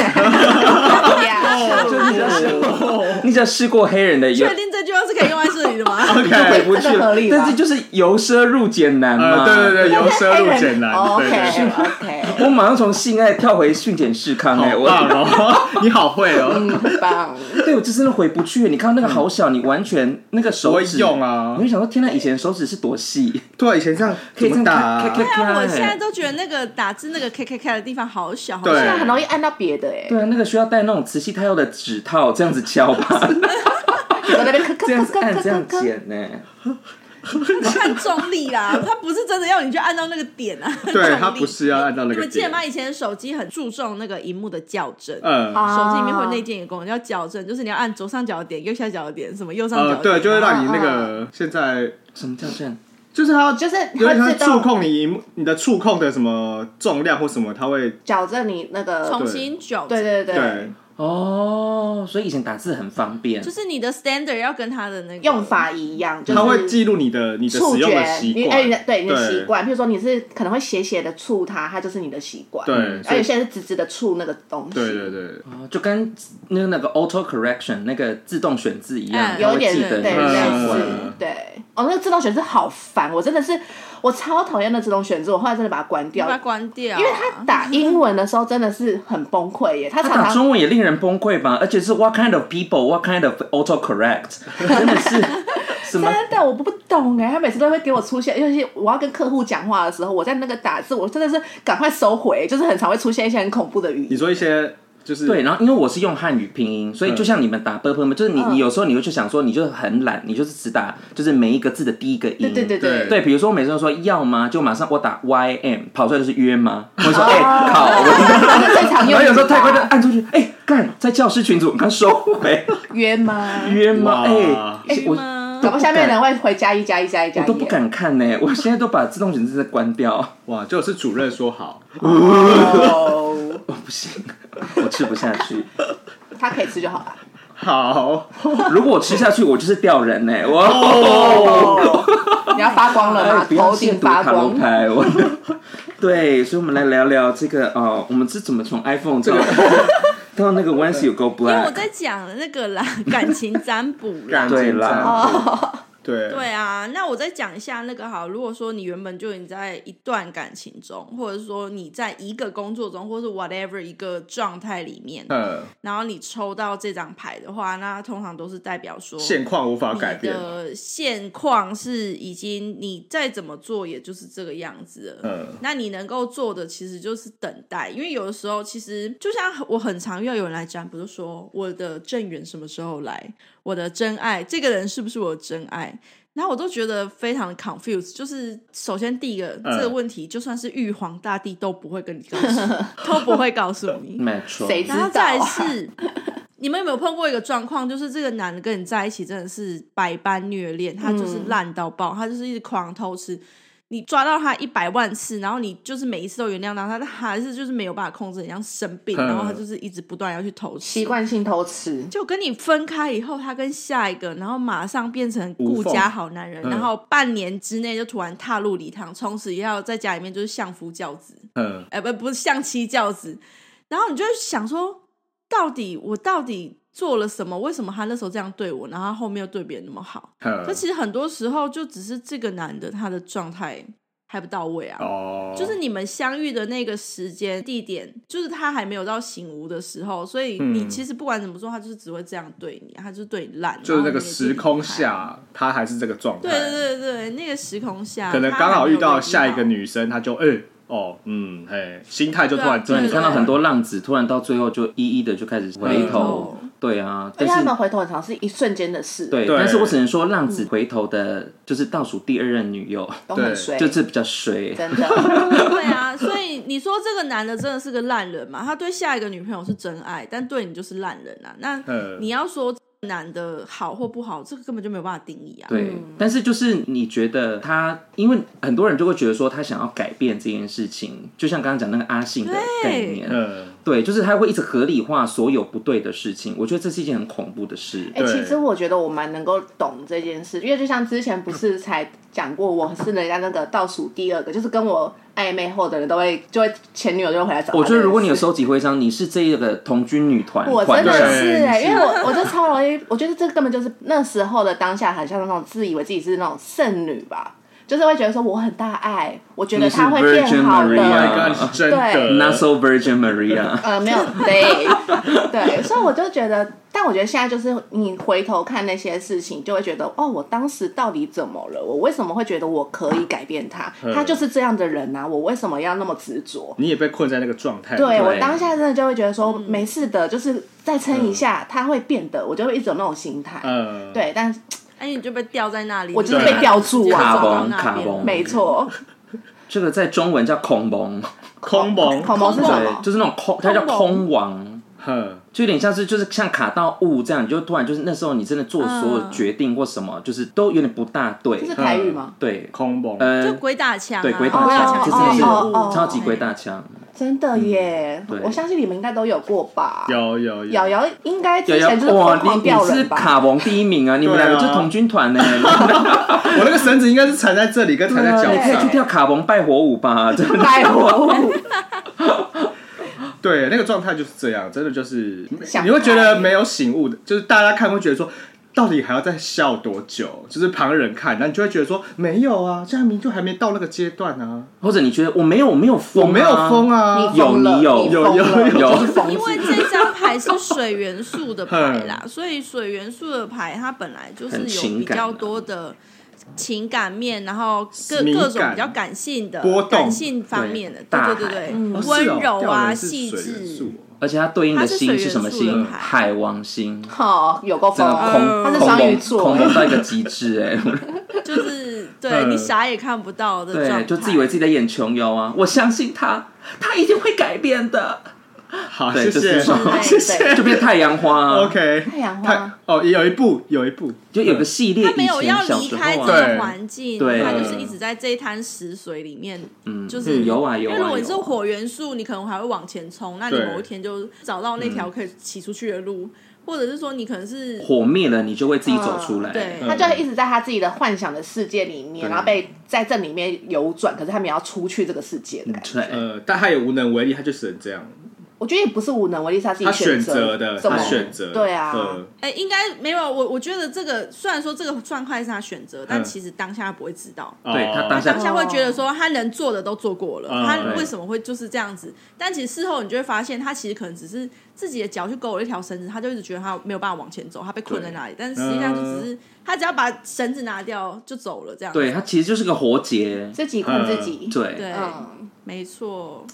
[SPEAKER 4] 呀，
[SPEAKER 3] 哦就是你只要试过，你只要试过黑人的油
[SPEAKER 5] 确，定这句话是可以用在这里的吗？
[SPEAKER 2] OK，
[SPEAKER 3] 回不去
[SPEAKER 4] 这个合
[SPEAKER 3] 了
[SPEAKER 4] 理。吧
[SPEAKER 3] 但是就是由奢入俭难
[SPEAKER 2] 呃，
[SPEAKER 3] 嘛。
[SPEAKER 2] 对对对，由奢入俭
[SPEAKER 4] 哎
[SPEAKER 2] 难，
[SPEAKER 3] 哦
[SPEAKER 2] 对对对
[SPEAKER 4] OK，OK，
[SPEAKER 3] 我马上从性爱跳回训检视康哎、
[SPEAKER 2] 好
[SPEAKER 3] 我
[SPEAKER 2] 棒哦，你好会哦，
[SPEAKER 4] 嗯，很 棒。
[SPEAKER 3] 对我这真的回不去。你看那个好小，你完全那个手
[SPEAKER 2] 我
[SPEAKER 3] 指，
[SPEAKER 2] 用啊
[SPEAKER 3] 你，会想说天呐，以前手指是多细，
[SPEAKER 2] 对啊，以前这样
[SPEAKER 3] 可以
[SPEAKER 2] 怎么
[SPEAKER 3] 这样
[SPEAKER 2] 打啊？
[SPEAKER 3] 咔咔咔
[SPEAKER 5] 但
[SPEAKER 3] 咔
[SPEAKER 5] 我现在
[SPEAKER 3] 哎。
[SPEAKER 5] 都觉得那个打字那个 K K K 的地方好小，好
[SPEAKER 2] 对
[SPEAKER 5] 小
[SPEAKER 4] 那很容易按到别的哎，
[SPEAKER 3] 对啊，那个需要戴那种磁吸太药的指套，这样子敲 吧，
[SPEAKER 4] 我在那边咳
[SPEAKER 3] 这
[SPEAKER 4] 咳
[SPEAKER 3] 样
[SPEAKER 4] 咳
[SPEAKER 3] 子按，
[SPEAKER 4] 咳
[SPEAKER 3] 这样
[SPEAKER 4] 咳咳，
[SPEAKER 3] 剪呢、
[SPEAKER 5] 看重力啦，它不是真的要你去按到那个点啊。
[SPEAKER 2] 对，
[SPEAKER 5] 重
[SPEAKER 2] 它
[SPEAKER 5] 力
[SPEAKER 2] 不是要按照那
[SPEAKER 5] 你
[SPEAKER 2] 个
[SPEAKER 5] 们记得
[SPEAKER 2] 点，
[SPEAKER 5] 吗？以前手机很注重那个荧幕的校正。
[SPEAKER 2] 嗯，
[SPEAKER 5] 手机里面会有内建一个功能叫校正，就是你要按左上角的点、右下角的点，什么右上角的
[SPEAKER 2] 呃，
[SPEAKER 5] 点
[SPEAKER 2] 对，就会
[SPEAKER 5] 然后
[SPEAKER 2] 让你那个现在
[SPEAKER 3] 什么叫这样？
[SPEAKER 2] 就是它
[SPEAKER 4] 就是
[SPEAKER 2] 有
[SPEAKER 4] 它
[SPEAKER 2] 点像
[SPEAKER 4] 自
[SPEAKER 2] 触
[SPEAKER 4] 动
[SPEAKER 2] 控你荧幕你的触控的什么重量或什么，它会
[SPEAKER 4] 矫正你那个，
[SPEAKER 5] 重新纠
[SPEAKER 4] 对
[SPEAKER 5] 正，
[SPEAKER 4] 对
[SPEAKER 2] 对，
[SPEAKER 3] 哦，所以以前打字很方便，
[SPEAKER 5] 就是你的 standard 要跟它的那个
[SPEAKER 4] 用。法一样，就是
[SPEAKER 2] 它会记录你的你的
[SPEAKER 4] 触
[SPEAKER 2] 使用
[SPEAKER 4] 觉
[SPEAKER 2] 的，习
[SPEAKER 4] 你哎，你的
[SPEAKER 2] 惯，
[SPEAKER 4] 对你的
[SPEAKER 2] 对
[SPEAKER 4] 习惯，譬如说你是可能会斜斜的触它，它就是你的习惯。
[SPEAKER 2] 对，所
[SPEAKER 4] 而
[SPEAKER 2] 以
[SPEAKER 4] 有些人是直直的触那个东西，
[SPEAKER 2] 对对对，
[SPEAKER 3] 哦就跟那个那个 auto correction 那个自动选字一样，
[SPEAKER 5] 嗯
[SPEAKER 3] 它
[SPEAKER 4] 有
[SPEAKER 3] 会
[SPEAKER 4] 一点
[SPEAKER 3] 记
[SPEAKER 4] 对
[SPEAKER 3] 得
[SPEAKER 4] 类
[SPEAKER 3] 你的习惯
[SPEAKER 4] 似
[SPEAKER 2] 嗯，
[SPEAKER 4] 对。哦，那个自动选字好烦，我真的是我超讨厌那自动选字，我后来真的把它关
[SPEAKER 5] 你
[SPEAKER 4] 掉
[SPEAKER 5] 把，它关掉啊，
[SPEAKER 4] 因为它打英文的时候真的是很崩溃耶，它
[SPEAKER 3] 他
[SPEAKER 4] 常
[SPEAKER 3] 打
[SPEAKER 4] 常
[SPEAKER 3] 中文也令人崩溃吧？而且是 What kind of people, What kind of auto correct，真的 是什么？
[SPEAKER 4] 真的我不懂哎，他每次都会给我出现，尤其我要跟客户讲话的时候，我在那个打字，我真的是赶快收回，就是很常会出现一些很恐怖的语
[SPEAKER 2] 你
[SPEAKER 4] 言。
[SPEAKER 2] 说一些就是
[SPEAKER 3] 对，然后因为我是用汉语拼音，
[SPEAKER 4] 嗯
[SPEAKER 3] 所以就像你们打 b p 嘛，就是你你有时候你会去想说，你就很懒，你就是只打就是每一个字的第一个音。
[SPEAKER 4] 对对对
[SPEAKER 2] 对
[SPEAKER 4] 对，
[SPEAKER 3] 对比如说我每次都说要吗，就马上我打 y m，跑出来就是约吗？
[SPEAKER 4] 哦
[SPEAKER 3] 我就说哎、 靠，我
[SPEAKER 4] 这是最常用
[SPEAKER 3] 然后有
[SPEAKER 4] 的语法。
[SPEAKER 3] 时候太快就按出去，哎、干，在教师群组刚收回
[SPEAKER 4] 约吗？
[SPEAKER 3] 约吗？哎、
[SPEAKER 2] 哇
[SPEAKER 3] 我
[SPEAKER 5] 吗
[SPEAKER 4] 搞不好下面的人啊会回加一加一加一加
[SPEAKER 3] 我
[SPEAKER 4] 一，
[SPEAKER 3] 都不敢看呢、我现在都把自动选字关掉。
[SPEAKER 2] 哇，就是主任说好，
[SPEAKER 4] 哦。
[SPEAKER 3] 我不行，我吃不下去。
[SPEAKER 4] 他可以吃就好了。
[SPEAKER 2] 好，
[SPEAKER 3] 如果我吃下去，我就是吊人呢、我、
[SPEAKER 4] 哦，你要发光了
[SPEAKER 3] 哎
[SPEAKER 4] 吗？
[SPEAKER 3] 不要
[SPEAKER 4] 头
[SPEAKER 3] 亵
[SPEAKER 4] 顶
[SPEAKER 3] 渎
[SPEAKER 4] 发
[SPEAKER 3] 塔罗
[SPEAKER 4] 光。
[SPEAKER 3] 牌。我 对，所以我们来聊聊这个哦，我们是怎么从 iPhone 到到那个 Once You Go
[SPEAKER 5] 因为我
[SPEAKER 3] Black。
[SPEAKER 5] 在讲那个啦，感情占卜啦
[SPEAKER 2] 感。
[SPEAKER 3] 对啦，
[SPEAKER 2] 对
[SPEAKER 5] 对啊，那我再讲一下那个好，如果说你原本就已经在一段感情中，或者是说你在一个工作中，或是 whatever 一个状态里面，
[SPEAKER 2] 嗯，
[SPEAKER 5] 然后你抽到这张牌的话，那通常都是代表说
[SPEAKER 2] 现况无法
[SPEAKER 5] 你
[SPEAKER 2] 改变，
[SPEAKER 5] 的现况是已经你再怎么做也就是这个样子了。
[SPEAKER 2] 嗯，
[SPEAKER 5] 那你能够做的其实就是等待，因为有的时候其实就像我很常遇到有人来占卜，就说我的正缘什么时候来，我的真爱，这个人是不是我的真爱？然后我都觉得非常 confused，就是首先第一个、
[SPEAKER 2] 嗯
[SPEAKER 5] 这个问题，就算是玉皇大帝都不会跟你告诉，都不会告诉你。
[SPEAKER 3] 没错。
[SPEAKER 4] 谁知
[SPEAKER 5] 然后
[SPEAKER 4] 道
[SPEAKER 5] 再来
[SPEAKER 4] 啊？
[SPEAKER 5] 是，你们有没有碰过一个状况，就是这个男的跟你在一起真的是百般虐恋，他就是
[SPEAKER 4] 嗯
[SPEAKER 5] 烂到爆，他就是一直狂偷吃。你抓到他一百万次，然后你就是每一次都原谅他，但他还是就是没有办法控制，你像生病，
[SPEAKER 2] 嗯
[SPEAKER 5] 然后他就是一直不断要去偷吃。
[SPEAKER 4] 习惯性偷吃，
[SPEAKER 5] 就跟你分开以后，他跟下一个，然后马上变成顾
[SPEAKER 2] 无缝
[SPEAKER 5] 家好男人，
[SPEAKER 2] 嗯
[SPEAKER 5] 然后半年之内就突然踏入礼堂，从此以后在家里面就是相夫教子。
[SPEAKER 2] 嗯，
[SPEAKER 5] 哎、不不是象棋教子，然后你就会想说，到底我到底做了什么？为什么他那时候这样对我，然后他后面又对别人那么好？
[SPEAKER 2] 嗯
[SPEAKER 5] 可其实很多时候就只是这个男的他的状态还不到位啊。
[SPEAKER 2] 哦，
[SPEAKER 5] 就是你们相遇的那个时间地点，就是他还没有到醒悟的时候，所以你
[SPEAKER 2] 嗯
[SPEAKER 5] 其实不管怎么说，他就是只会这样对你，他就是对你烂，
[SPEAKER 2] 就是那
[SPEAKER 5] 然后
[SPEAKER 2] 个
[SPEAKER 5] 你也
[SPEAKER 2] 时
[SPEAKER 5] 离不
[SPEAKER 2] 空
[SPEAKER 5] 开。
[SPEAKER 2] 下，他还是这个状态，
[SPEAKER 5] 对对对对，那个时空下，
[SPEAKER 2] 可能
[SPEAKER 5] 他
[SPEAKER 2] 刚
[SPEAKER 5] 还
[SPEAKER 2] 好
[SPEAKER 5] 没有
[SPEAKER 2] 遇到
[SPEAKER 5] 被
[SPEAKER 2] 下一
[SPEAKER 5] 到
[SPEAKER 2] 个女生，他就哎、哦，嗯，嘿，心态就突然
[SPEAKER 5] 对
[SPEAKER 3] 对，
[SPEAKER 5] 啊
[SPEAKER 3] 你
[SPEAKER 2] 正
[SPEAKER 3] 看到很多浪子突然到最后就一一的就开始回头，对啊，
[SPEAKER 4] 而
[SPEAKER 3] 但
[SPEAKER 4] 且他们
[SPEAKER 3] 是
[SPEAKER 4] 回头很长是一瞬间的事，
[SPEAKER 3] 对，
[SPEAKER 2] 对
[SPEAKER 3] 但是我只能说浪子回头的就是倒数第二任女友，
[SPEAKER 4] 都很
[SPEAKER 2] 对
[SPEAKER 4] 衰，
[SPEAKER 3] 就是比较衰，
[SPEAKER 4] 真的。哎
[SPEAKER 5] 对啊，所以你说这个男的真的是个烂人嘛？他对下一个女朋友是真爱，但对你就是烂人啊。那
[SPEAKER 2] 嗯
[SPEAKER 5] 你要说男的好或不好，这个根本就没有办法定义啊。
[SPEAKER 3] 对，
[SPEAKER 4] 嗯
[SPEAKER 3] 但是就是你觉得他，因为很多人就会觉得说他想要改变这件事情，就像刚刚讲那个阿信的概念，
[SPEAKER 2] 嗯，
[SPEAKER 3] 对，啊就是他会一直合理化所有不对的事情，我觉得这是一件很恐怖的事。
[SPEAKER 4] 哎、
[SPEAKER 2] 对
[SPEAKER 4] 其实我觉得我蛮能够懂这件事，因为就像之前不是才讲过，我是人家那个倒数第二个，就是跟我暧昧后的人都会就会前女友就会回来找他
[SPEAKER 3] 我觉得如果你有
[SPEAKER 4] 这件
[SPEAKER 3] 收
[SPEAKER 4] 事
[SPEAKER 3] 集徽章，你是这一个同居女团
[SPEAKER 4] 我
[SPEAKER 3] 团
[SPEAKER 4] 真的
[SPEAKER 3] 长，
[SPEAKER 4] 是
[SPEAKER 2] 对
[SPEAKER 4] 哎、因为我我就超容易，我觉得这根本就是那时候的当下，很像那种自以为自己是那种剩女吧，就是会觉得说我很大爱，我觉得
[SPEAKER 3] 你是
[SPEAKER 4] 他会变
[SPEAKER 3] Virgin
[SPEAKER 4] 好
[SPEAKER 3] Maria
[SPEAKER 4] 的。
[SPEAKER 2] 那个是真的，
[SPEAKER 4] 对
[SPEAKER 3] Not so Virgin Maria。
[SPEAKER 4] 呃，没有，对，对，所以我就觉得，但我觉得现在就是你回头看那些事情，就会觉得，哦，我当时到底怎么了？我为什么会觉得我可以改变他？他就是这样的人啊，我为什么要那么执着？
[SPEAKER 2] 你也被困在那个状态。
[SPEAKER 4] 对我
[SPEAKER 3] 对
[SPEAKER 4] 当下真的就会觉得说，没事的，就是再撑一下，他会变的，我就会一直有那种心态。
[SPEAKER 2] 嗯，
[SPEAKER 4] 对，但
[SPEAKER 5] 哎，你就被吊在那里，
[SPEAKER 4] 我就是
[SPEAKER 5] 你
[SPEAKER 4] 被吊住
[SPEAKER 5] 就
[SPEAKER 4] 啊
[SPEAKER 5] 撞
[SPEAKER 3] 卡
[SPEAKER 5] 到那
[SPEAKER 3] 卡
[SPEAKER 5] 边
[SPEAKER 3] 蒙
[SPEAKER 4] 没错，
[SPEAKER 3] 这个在中文叫空蒙，
[SPEAKER 2] 空蒙，
[SPEAKER 4] 恐龙是什么
[SPEAKER 3] 对，？就是那种空，它叫空王，
[SPEAKER 2] 哼，
[SPEAKER 3] 就有点像是就是像卡到雾这样，你就突然就是那时候你真的做所有决定或什么，就是都有点不大对
[SPEAKER 4] 嗯
[SPEAKER 3] 嗯
[SPEAKER 4] 这，是台语吗？
[SPEAKER 3] 对，
[SPEAKER 2] 空蒙，
[SPEAKER 5] 就
[SPEAKER 3] 呃，
[SPEAKER 5] 鬼打墙啊，
[SPEAKER 3] 对鬼
[SPEAKER 4] 哦
[SPEAKER 3] 打墙，这真的是
[SPEAKER 4] 哦哦哦
[SPEAKER 3] 超级鬼打墙。
[SPEAKER 4] 真的耶
[SPEAKER 3] 对！
[SPEAKER 4] 我相信你们应该都有过吧？
[SPEAKER 2] 有有有
[SPEAKER 4] 瑶瑶应该
[SPEAKER 3] 瑶
[SPEAKER 4] 之
[SPEAKER 3] 瑶
[SPEAKER 4] 前就是
[SPEAKER 3] 哇
[SPEAKER 4] 疯，
[SPEAKER 3] 你
[SPEAKER 4] 狂
[SPEAKER 3] 你
[SPEAKER 4] 吊
[SPEAKER 3] 是
[SPEAKER 4] 人吧？
[SPEAKER 3] 卡蒙第一名啊！你们
[SPEAKER 2] 对啊
[SPEAKER 3] 两个就是同军团 呢，
[SPEAKER 2] 我那个绳子应该是缠在这里，跟缠在
[SPEAKER 5] 啊
[SPEAKER 2] 脚
[SPEAKER 3] 你可以去
[SPEAKER 2] 上。
[SPEAKER 3] 跳卡蒙拜火舞 吧，真的。
[SPEAKER 4] 拜 火舞，
[SPEAKER 2] 对，那个状态就是这样，真的就是
[SPEAKER 4] 想
[SPEAKER 2] 你会觉得没有醒悟的，就是大家看会觉得说。到底还要再笑多久？就是旁人看，那你就会觉得说没有啊，这样明明就还没到那个阶段啊，
[SPEAKER 3] 或者你觉得我没有我没有疯啊，
[SPEAKER 2] 我没有疯啊，
[SPEAKER 4] 你疯了
[SPEAKER 3] 有你有
[SPEAKER 4] 你疯了
[SPEAKER 3] 有有
[SPEAKER 4] 你就是疯
[SPEAKER 5] 因 为
[SPEAKER 4] 子。
[SPEAKER 5] 这张牌是水元素的牌啦，所以水元素的牌它本来就是
[SPEAKER 3] 嗯很
[SPEAKER 5] 有
[SPEAKER 3] 情
[SPEAKER 5] 比
[SPEAKER 3] 感啊
[SPEAKER 5] 较多的情感面，然后各
[SPEAKER 2] 敏感
[SPEAKER 5] 各种比较感性的、
[SPEAKER 2] 波动
[SPEAKER 5] 感性方面的，对对
[SPEAKER 3] 大海
[SPEAKER 5] 对
[SPEAKER 2] 哦
[SPEAKER 5] 对，
[SPEAKER 2] 是哦
[SPEAKER 5] 温柔
[SPEAKER 2] 吊
[SPEAKER 5] 啊、
[SPEAKER 2] 人是
[SPEAKER 5] 细
[SPEAKER 2] 水元素
[SPEAKER 5] 致。
[SPEAKER 2] 哦
[SPEAKER 3] 而且它对应的星是什么
[SPEAKER 5] 它是水
[SPEAKER 3] 星？
[SPEAKER 5] 元素的牌
[SPEAKER 3] 海王星，
[SPEAKER 4] 好，有够
[SPEAKER 3] 真
[SPEAKER 4] 疯
[SPEAKER 3] 的
[SPEAKER 4] 哦，
[SPEAKER 3] 恐
[SPEAKER 4] 他是
[SPEAKER 3] 恐
[SPEAKER 4] 双鱼
[SPEAKER 3] 龙
[SPEAKER 4] 座欸
[SPEAKER 3] 恐 龙到一个极致哎，
[SPEAKER 5] 就是对
[SPEAKER 2] 嗯
[SPEAKER 5] 你啥也看不到的状态，
[SPEAKER 3] 对，就自以为自己在演琼瑶啊，我相信他，他一定会改变 的，
[SPEAKER 2] 好，
[SPEAKER 3] 对
[SPEAKER 2] 谢谢
[SPEAKER 3] 这是
[SPEAKER 4] 对
[SPEAKER 2] 谢
[SPEAKER 4] 对
[SPEAKER 2] 谢
[SPEAKER 3] 就变太阳花啊。
[SPEAKER 2] ，OK。
[SPEAKER 4] 太阳花
[SPEAKER 2] 他，哦，有一部有一部，
[SPEAKER 3] 就有个系列，
[SPEAKER 5] 他
[SPEAKER 3] 以
[SPEAKER 5] 没有要
[SPEAKER 3] 前小
[SPEAKER 5] 离
[SPEAKER 3] 时
[SPEAKER 5] 开
[SPEAKER 3] 候
[SPEAKER 5] 这
[SPEAKER 3] 啊，
[SPEAKER 5] 个环境，
[SPEAKER 3] 对
[SPEAKER 5] 他就是一直在这一滩死水里面，嗯，就
[SPEAKER 3] 嗯
[SPEAKER 5] 是
[SPEAKER 3] 有啊有啊
[SPEAKER 5] 因为如果你是
[SPEAKER 3] 有啊
[SPEAKER 5] 火元素，你可能还会往前冲，那你
[SPEAKER 2] 对
[SPEAKER 5] 某一天就找到那条可以骑出去的路，或者是说你可能是
[SPEAKER 3] 嗯火灭了，你就会自己走出来。
[SPEAKER 5] 嗯对
[SPEAKER 4] 他就一直在他自己的幻想的世界里面，
[SPEAKER 3] 对
[SPEAKER 4] 然后被在这里面游转，可是他们也要出去这个世
[SPEAKER 3] 嗯
[SPEAKER 4] 界的感觉。
[SPEAKER 3] 对，
[SPEAKER 2] 呃，但他也无能为力，他就只能这样。
[SPEAKER 4] 我觉得也不是无能为力，是他自己
[SPEAKER 2] 他选择
[SPEAKER 4] 择
[SPEAKER 2] 的，
[SPEAKER 4] 怎
[SPEAKER 2] 他
[SPEAKER 4] 么
[SPEAKER 2] 选择，
[SPEAKER 4] 对啊
[SPEAKER 5] 哎、应该没有。我我觉得这个虽然说这个算快是他选择，
[SPEAKER 3] 嗯
[SPEAKER 5] 但其实当下不会知道，
[SPEAKER 2] 对，
[SPEAKER 3] 对
[SPEAKER 2] 哦
[SPEAKER 3] 他当下
[SPEAKER 5] 当下会觉得说他能做的都做过了，
[SPEAKER 2] 嗯
[SPEAKER 5] 他为什么会就是这样子？但其实事后你就会发现，他其实可能只是自己的脚去勾了一条绳子，他就一直觉得他没有办法往前走，他被困在那里。但是实际上就只是他只要把绳子拿掉就走了，这样
[SPEAKER 3] 嗯
[SPEAKER 5] 子
[SPEAKER 3] 对，他其实就是个活结。
[SPEAKER 4] 自己困自己。
[SPEAKER 3] 对，
[SPEAKER 5] 对，
[SPEAKER 4] 嗯，
[SPEAKER 5] 没错。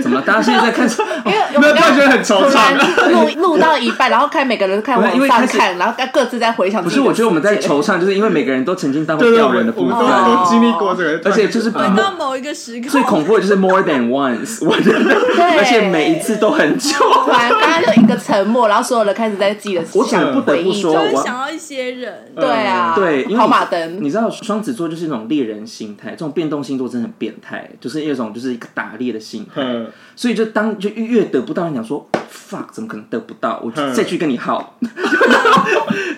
[SPEAKER 3] 怎么大家现在在看？哦
[SPEAKER 4] 因为我
[SPEAKER 2] 没
[SPEAKER 4] 们
[SPEAKER 2] 有，突然
[SPEAKER 4] 刚
[SPEAKER 2] 觉得很惆
[SPEAKER 4] 突然
[SPEAKER 2] 怅。
[SPEAKER 4] 录录到一半，然后看每个人都看
[SPEAKER 3] 不是因
[SPEAKER 4] 往
[SPEAKER 3] 为
[SPEAKER 4] 上
[SPEAKER 3] 开始
[SPEAKER 4] 看，然后各自在回想
[SPEAKER 3] 不
[SPEAKER 4] 自己
[SPEAKER 3] 是，
[SPEAKER 4] 的世界。
[SPEAKER 3] 我觉得我们在惆怅，就是因为每个人都曾经当过
[SPEAKER 2] 对对，我
[SPEAKER 3] 吊人
[SPEAKER 2] 们
[SPEAKER 3] 的
[SPEAKER 2] 我
[SPEAKER 3] 部
[SPEAKER 2] 们
[SPEAKER 3] 分，
[SPEAKER 2] 都
[SPEAKER 4] 哦
[SPEAKER 2] 都经历过这个，
[SPEAKER 3] 而且就是
[SPEAKER 5] 回到
[SPEAKER 3] 嗯
[SPEAKER 5] 某一个时刻，
[SPEAKER 3] 最恐怖的就是 more than once，我觉得，
[SPEAKER 4] 对，
[SPEAKER 3] 而且每一次都很久。
[SPEAKER 4] 突然大家就一个沉默，然后所有人开始在自己的
[SPEAKER 3] 我总
[SPEAKER 4] 想
[SPEAKER 3] 不得
[SPEAKER 4] 回
[SPEAKER 3] 不
[SPEAKER 4] 忆
[SPEAKER 3] 说
[SPEAKER 5] 就
[SPEAKER 4] 中
[SPEAKER 5] 会
[SPEAKER 3] 我
[SPEAKER 5] 想到一些人，
[SPEAKER 4] 对啊，
[SPEAKER 3] 对，因为
[SPEAKER 4] 跑
[SPEAKER 3] 你
[SPEAKER 4] 马灯
[SPEAKER 3] 你知道双子座就是那种猎人心态，这种变动星座真的很变态，就是一种就是一个打猎的心态。
[SPEAKER 2] 嗯，
[SPEAKER 3] 所以就当就越越得不到，你想说 fuck，怎么可能得不到？我就
[SPEAKER 2] 嗯
[SPEAKER 3] 再去跟你耗，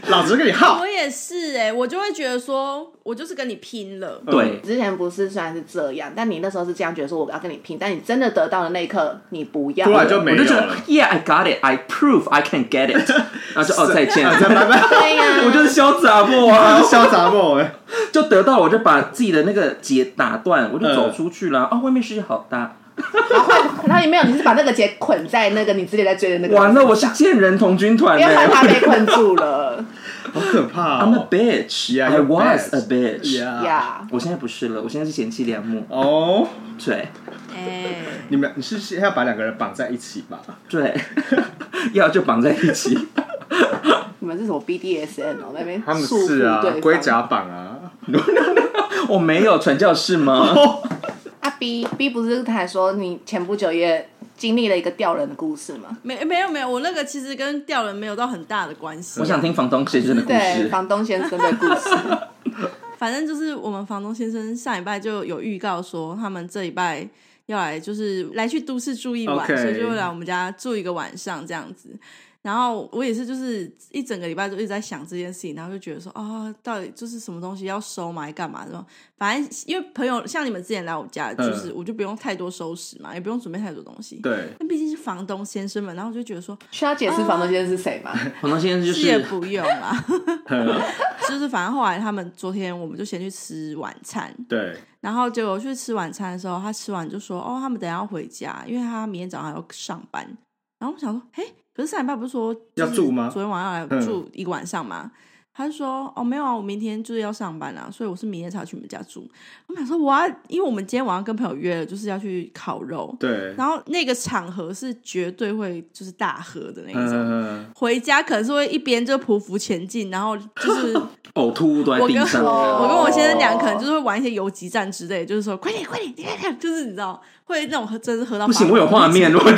[SPEAKER 2] 老子跟你耗，
[SPEAKER 5] 我也是哎、我就会觉得说，我就是跟你拼了。
[SPEAKER 3] 对，
[SPEAKER 4] 之前不是虽然是这样，但你那时候是这样觉得说我要跟你拼，但你真的得到的那一刻，你不要。
[SPEAKER 2] 突然就
[SPEAKER 3] 我
[SPEAKER 2] 没有
[SPEAKER 3] 就觉得
[SPEAKER 2] 了。
[SPEAKER 3] yeah I got it I prove I can get it，然后就哦再见，
[SPEAKER 2] 拜 拜，
[SPEAKER 4] 对呀、
[SPEAKER 3] 我就是潇洒不啊，
[SPEAKER 2] 潇洒梦哎，
[SPEAKER 3] 就得到了我就把自己的那个结打断，我就走出去了。
[SPEAKER 2] 嗯
[SPEAKER 3] 哦，外面世界好大，
[SPEAKER 4] 然后然后你没有，你是把那个结捆在那个你之前在追的那个。
[SPEAKER 3] 完了，我是贱人同军团
[SPEAKER 4] 因为害
[SPEAKER 3] 呢。
[SPEAKER 4] 怕 被困住 了
[SPEAKER 2] 好可怕
[SPEAKER 3] I'm a
[SPEAKER 2] 哦
[SPEAKER 3] bitch,
[SPEAKER 2] Yeah,
[SPEAKER 3] I
[SPEAKER 2] you're
[SPEAKER 3] was a
[SPEAKER 2] best.
[SPEAKER 3] bitch。
[SPEAKER 2] 呀！
[SPEAKER 4] 呀。
[SPEAKER 3] 我现在不是了，我现在是贤妻良母。
[SPEAKER 2] 哦，
[SPEAKER 3] 对
[SPEAKER 5] 哎、
[SPEAKER 2] 你们你是先要把两个人绑在一起吧？
[SPEAKER 3] 对，要就绑在一起。
[SPEAKER 4] 你们是什么 BDSM 哦？那边
[SPEAKER 2] 他们
[SPEAKER 4] 束缚
[SPEAKER 2] 是啊
[SPEAKER 4] 对，方
[SPEAKER 2] 龟甲绑啊，
[SPEAKER 3] 我没有传教士吗？
[SPEAKER 4] 啊 B B 不是才说你前不久也经历了一个吊人的故事吗？
[SPEAKER 5] 没没有没有，我那个其实跟吊人没有到很大的关系。
[SPEAKER 3] 我想听房东先生的故
[SPEAKER 4] 对，
[SPEAKER 3] 事。
[SPEAKER 4] 房东先生的故事。
[SPEAKER 5] 反正就是我们房东先生上礼拜就有预告说，他们这礼拜要来就是来去都市住一晚
[SPEAKER 2] OK
[SPEAKER 5] 所以就会来我们家住一个晚上这样子。然后我也是，就是一整个礼拜都一直在想这件事情，然后就觉得说，哦，到底就是什么东西要收嘛，还干嘛？然后反正因为朋友像你们之前来我家，就是我就不用太多收拾嘛，也不用准备太多东西。
[SPEAKER 2] 对，
[SPEAKER 5] 但毕竟是房东先生们，然后我就觉得说，
[SPEAKER 4] 需要解释房东先生是谁吗？
[SPEAKER 3] 黄东先生就是
[SPEAKER 5] 也
[SPEAKER 3] 是
[SPEAKER 5] 不用啦，
[SPEAKER 2] 嗯
[SPEAKER 5] 就是反正后来他们昨天我们就先去吃晚餐，
[SPEAKER 2] 对，
[SPEAKER 5] 然后结果去吃晚餐的时候，他吃完就说：“哦，他们等一下要回家，因为他明天早上还要上班。”然后我想说：“哎，可是上礼拜不是说
[SPEAKER 2] 要
[SPEAKER 5] 就是
[SPEAKER 2] 住吗嗯
[SPEAKER 5] 昨天晚上来住一个晚上吗？”他就说：“哦，没有啊，我明天就是要上班啊，所以我是明天才要去你们家住。”我们想说：“哇，因为我们今天晚上跟朋友约了，就是要去烤肉，
[SPEAKER 2] 对，
[SPEAKER 5] 然后那个场合是绝对会就是大喝的那一种。
[SPEAKER 2] 嗯，
[SPEAKER 5] 回家可能是会一边就匍匐前进，然后就是
[SPEAKER 3] 呕吐物都在
[SPEAKER 5] 我
[SPEAKER 3] 地
[SPEAKER 5] 跟
[SPEAKER 3] 上。
[SPEAKER 4] 哦
[SPEAKER 5] 我跟我先生俩可能就是会玩一些游击战之类，就是说快点快点，你看看，就是你知道会那种喝真是喝到
[SPEAKER 3] 不行，
[SPEAKER 5] 发
[SPEAKER 3] 我有画面，我
[SPEAKER 5] 不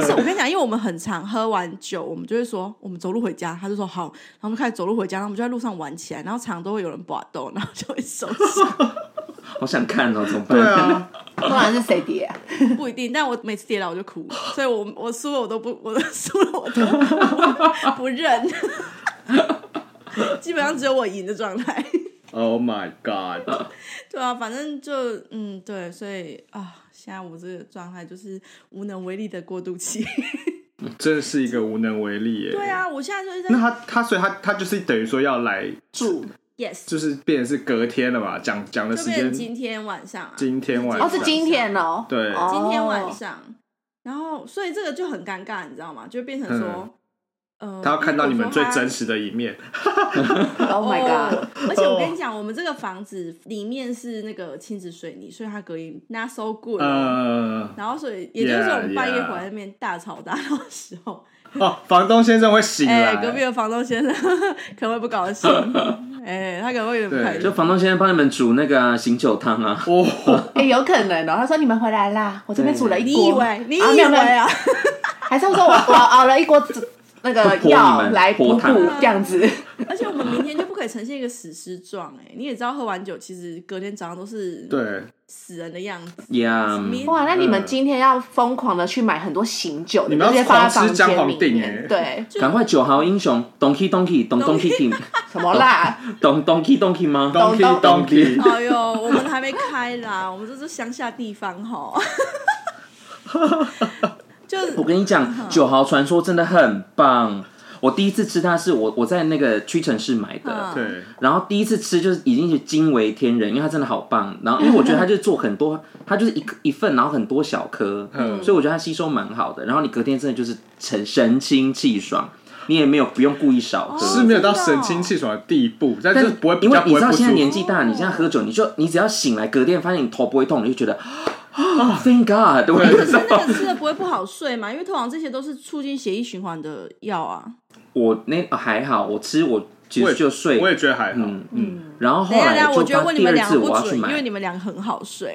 [SPEAKER 5] 是我跟你讲，因为我们很常喝完酒，我们就会说我们走路回家，他就说好，然后我们开始走路回家，然后我们就在路上玩起来，然后常常都会有人把斗，然后就会手指
[SPEAKER 3] 好想看哦，怎么办？
[SPEAKER 2] 对啊，
[SPEAKER 4] 不然是谁叠、啊？
[SPEAKER 5] 不一定，但我每次跌倒我就哭，所以我我输了我都不，我都输了我都不 不认，基本上只有我赢的状态。
[SPEAKER 2] ，Oh my God，
[SPEAKER 5] 对啊，反正就嗯，对，所以啊，现在我这个状态就是无能为力的过渡期。
[SPEAKER 2] 真是一个无能为力耶。
[SPEAKER 5] 对，啊，我现在就是在
[SPEAKER 2] 那他他所以他他就是等于说要来，
[SPEAKER 4] 住
[SPEAKER 5] yes，
[SPEAKER 2] 就是变成是隔天了嘛，讲讲的
[SPEAKER 5] 就
[SPEAKER 2] 时
[SPEAKER 5] 变成
[SPEAKER 2] 间
[SPEAKER 5] 今天晚上啊，
[SPEAKER 2] 今天晚
[SPEAKER 4] 哦，
[SPEAKER 2] 上
[SPEAKER 4] 是今天哦，
[SPEAKER 2] 对
[SPEAKER 4] 哦
[SPEAKER 5] 今天晚上，然后所以这个就很尴尬，你知道吗？就变成说，呃，
[SPEAKER 2] 嗯他要看到你们最真
[SPEAKER 5] 实。
[SPEAKER 2] 实的一面，
[SPEAKER 4] ，Oh my god，
[SPEAKER 5] 哦而且 我跟你讲，我们这个房子里面是那个亲子水泥，所以它隔音 not so good 哦。
[SPEAKER 3] 嗯
[SPEAKER 2] 呃，
[SPEAKER 5] 然后所以也就是我
[SPEAKER 2] Yeah,
[SPEAKER 5] 们半夜
[SPEAKER 2] yeah
[SPEAKER 5] 回来那边大吵大闹的时候，
[SPEAKER 2] 哦，房东先生会醒
[SPEAKER 5] 哎、
[SPEAKER 2] 来，
[SPEAKER 5] 隔壁的房东先生 可能会不高兴，哎、他可能会有点不
[SPEAKER 2] 对
[SPEAKER 5] 开心
[SPEAKER 3] 就。房东先生帮你们煮那个啊醒酒汤啊，
[SPEAKER 2] 哦，
[SPEAKER 4] 哎、有可能哦。他说你们回来啦，我这边煮了一锅，
[SPEAKER 5] 你以为你以
[SPEAKER 4] 啊没有没
[SPEAKER 5] 为
[SPEAKER 4] 有
[SPEAKER 5] 啊？
[SPEAKER 4] 还是我说我我熬了一锅子那个
[SPEAKER 3] 泼你
[SPEAKER 4] 药
[SPEAKER 3] 们
[SPEAKER 4] 来补
[SPEAKER 3] 泼
[SPEAKER 4] 补
[SPEAKER 3] 汤
[SPEAKER 4] 这样子，
[SPEAKER 5] 而且我们明天就不可以呈现一个死尸状，哎，你也知道，喝完酒其实隔天早上都是
[SPEAKER 2] 对，
[SPEAKER 5] 死人的样子。
[SPEAKER 3] 呀，
[SPEAKER 5] 明
[SPEAKER 4] 哇！那你们
[SPEAKER 2] 嗯
[SPEAKER 4] 今天要疯狂的去买很多醒酒，
[SPEAKER 2] 你们要
[SPEAKER 4] 直接放
[SPEAKER 2] 狂
[SPEAKER 4] 在
[SPEAKER 2] 吃
[SPEAKER 4] 房间
[SPEAKER 2] 姜黄
[SPEAKER 4] 里
[SPEAKER 2] 定
[SPEAKER 4] 面
[SPEAKER 2] 哎
[SPEAKER 4] 对，
[SPEAKER 3] 赶快九号英雄，Donkey Donkey，咚咚 Donkey，
[SPEAKER 4] 什么 啦？
[SPEAKER 3] 咚 Donkey Donkey 吗？
[SPEAKER 2] Donkey Donkey，
[SPEAKER 5] 哎呦，我们还没开啦，我们这是乡下地方哈。就是
[SPEAKER 3] 我跟你讲，九豪传说真的很棒。我第一次吃它是我我在那个屈臣氏买的，
[SPEAKER 5] 嗯
[SPEAKER 2] 对，
[SPEAKER 3] 然后第一次吃就是已经是惊为天人，因为它真的好棒。然后因为我觉得它就是做很多，它就是一一份，然后很多小颗，
[SPEAKER 2] 嗯
[SPEAKER 3] 所以我觉得它吸收蛮好的。然后你隔天真的就是神神清气爽，你也没有不用故意少喝。
[SPEAKER 2] 是没有到神清气爽的地步，但就是不会比
[SPEAKER 3] 因为
[SPEAKER 2] 较不
[SPEAKER 3] 你
[SPEAKER 2] 会
[SPEAKER 3] 知道
[SPEAKER 2] 不舒
[SPEAKER 3] 现在年
[SPEAKER 2] 服，
[SPEAKER 3] 纪大，你现在喝酒，你就你只要醒来隔天发现你头不会痛，你就觉得啊，Thank God，我哦
[SPEAKER 5] 可是那个吃了不会不好睡嘛？因为通常这些都是促进血液循环的药啊。
[SPEAKER 3] 我那啊还好，我吃我其
[SPEAKER 2] 我
[SPEAKER 3] 实
[SPEAKER 2] 也
[SPEAKER 3] 就睡，
[SPEAKER 2] 我也觉得还好，
[SPEAKER 3] 嗯，然后后
[SPEAKER 5] 等一下，等一
[SPEAKER 3] 来
[SPEAKER 5] 下，我
[SPEAKER 3] 就
[SPEAKER 5] 觉得
[SPEAKER 3] 到
[SPEAKER 5] 问你
[SPEAKER 3] 第
[SPEAKER 5] 们
[SPEAKER 3] 二
[SPEAKER 5] 两
[SPEAKER 3] 次
[SPEAKER 5] 个不
[SPEAKER 3] 我要去
[SPEAKER 5] 准，因为
[SPEAKER 3] 买，
[SPEAKER 5] 你们两个很好睡。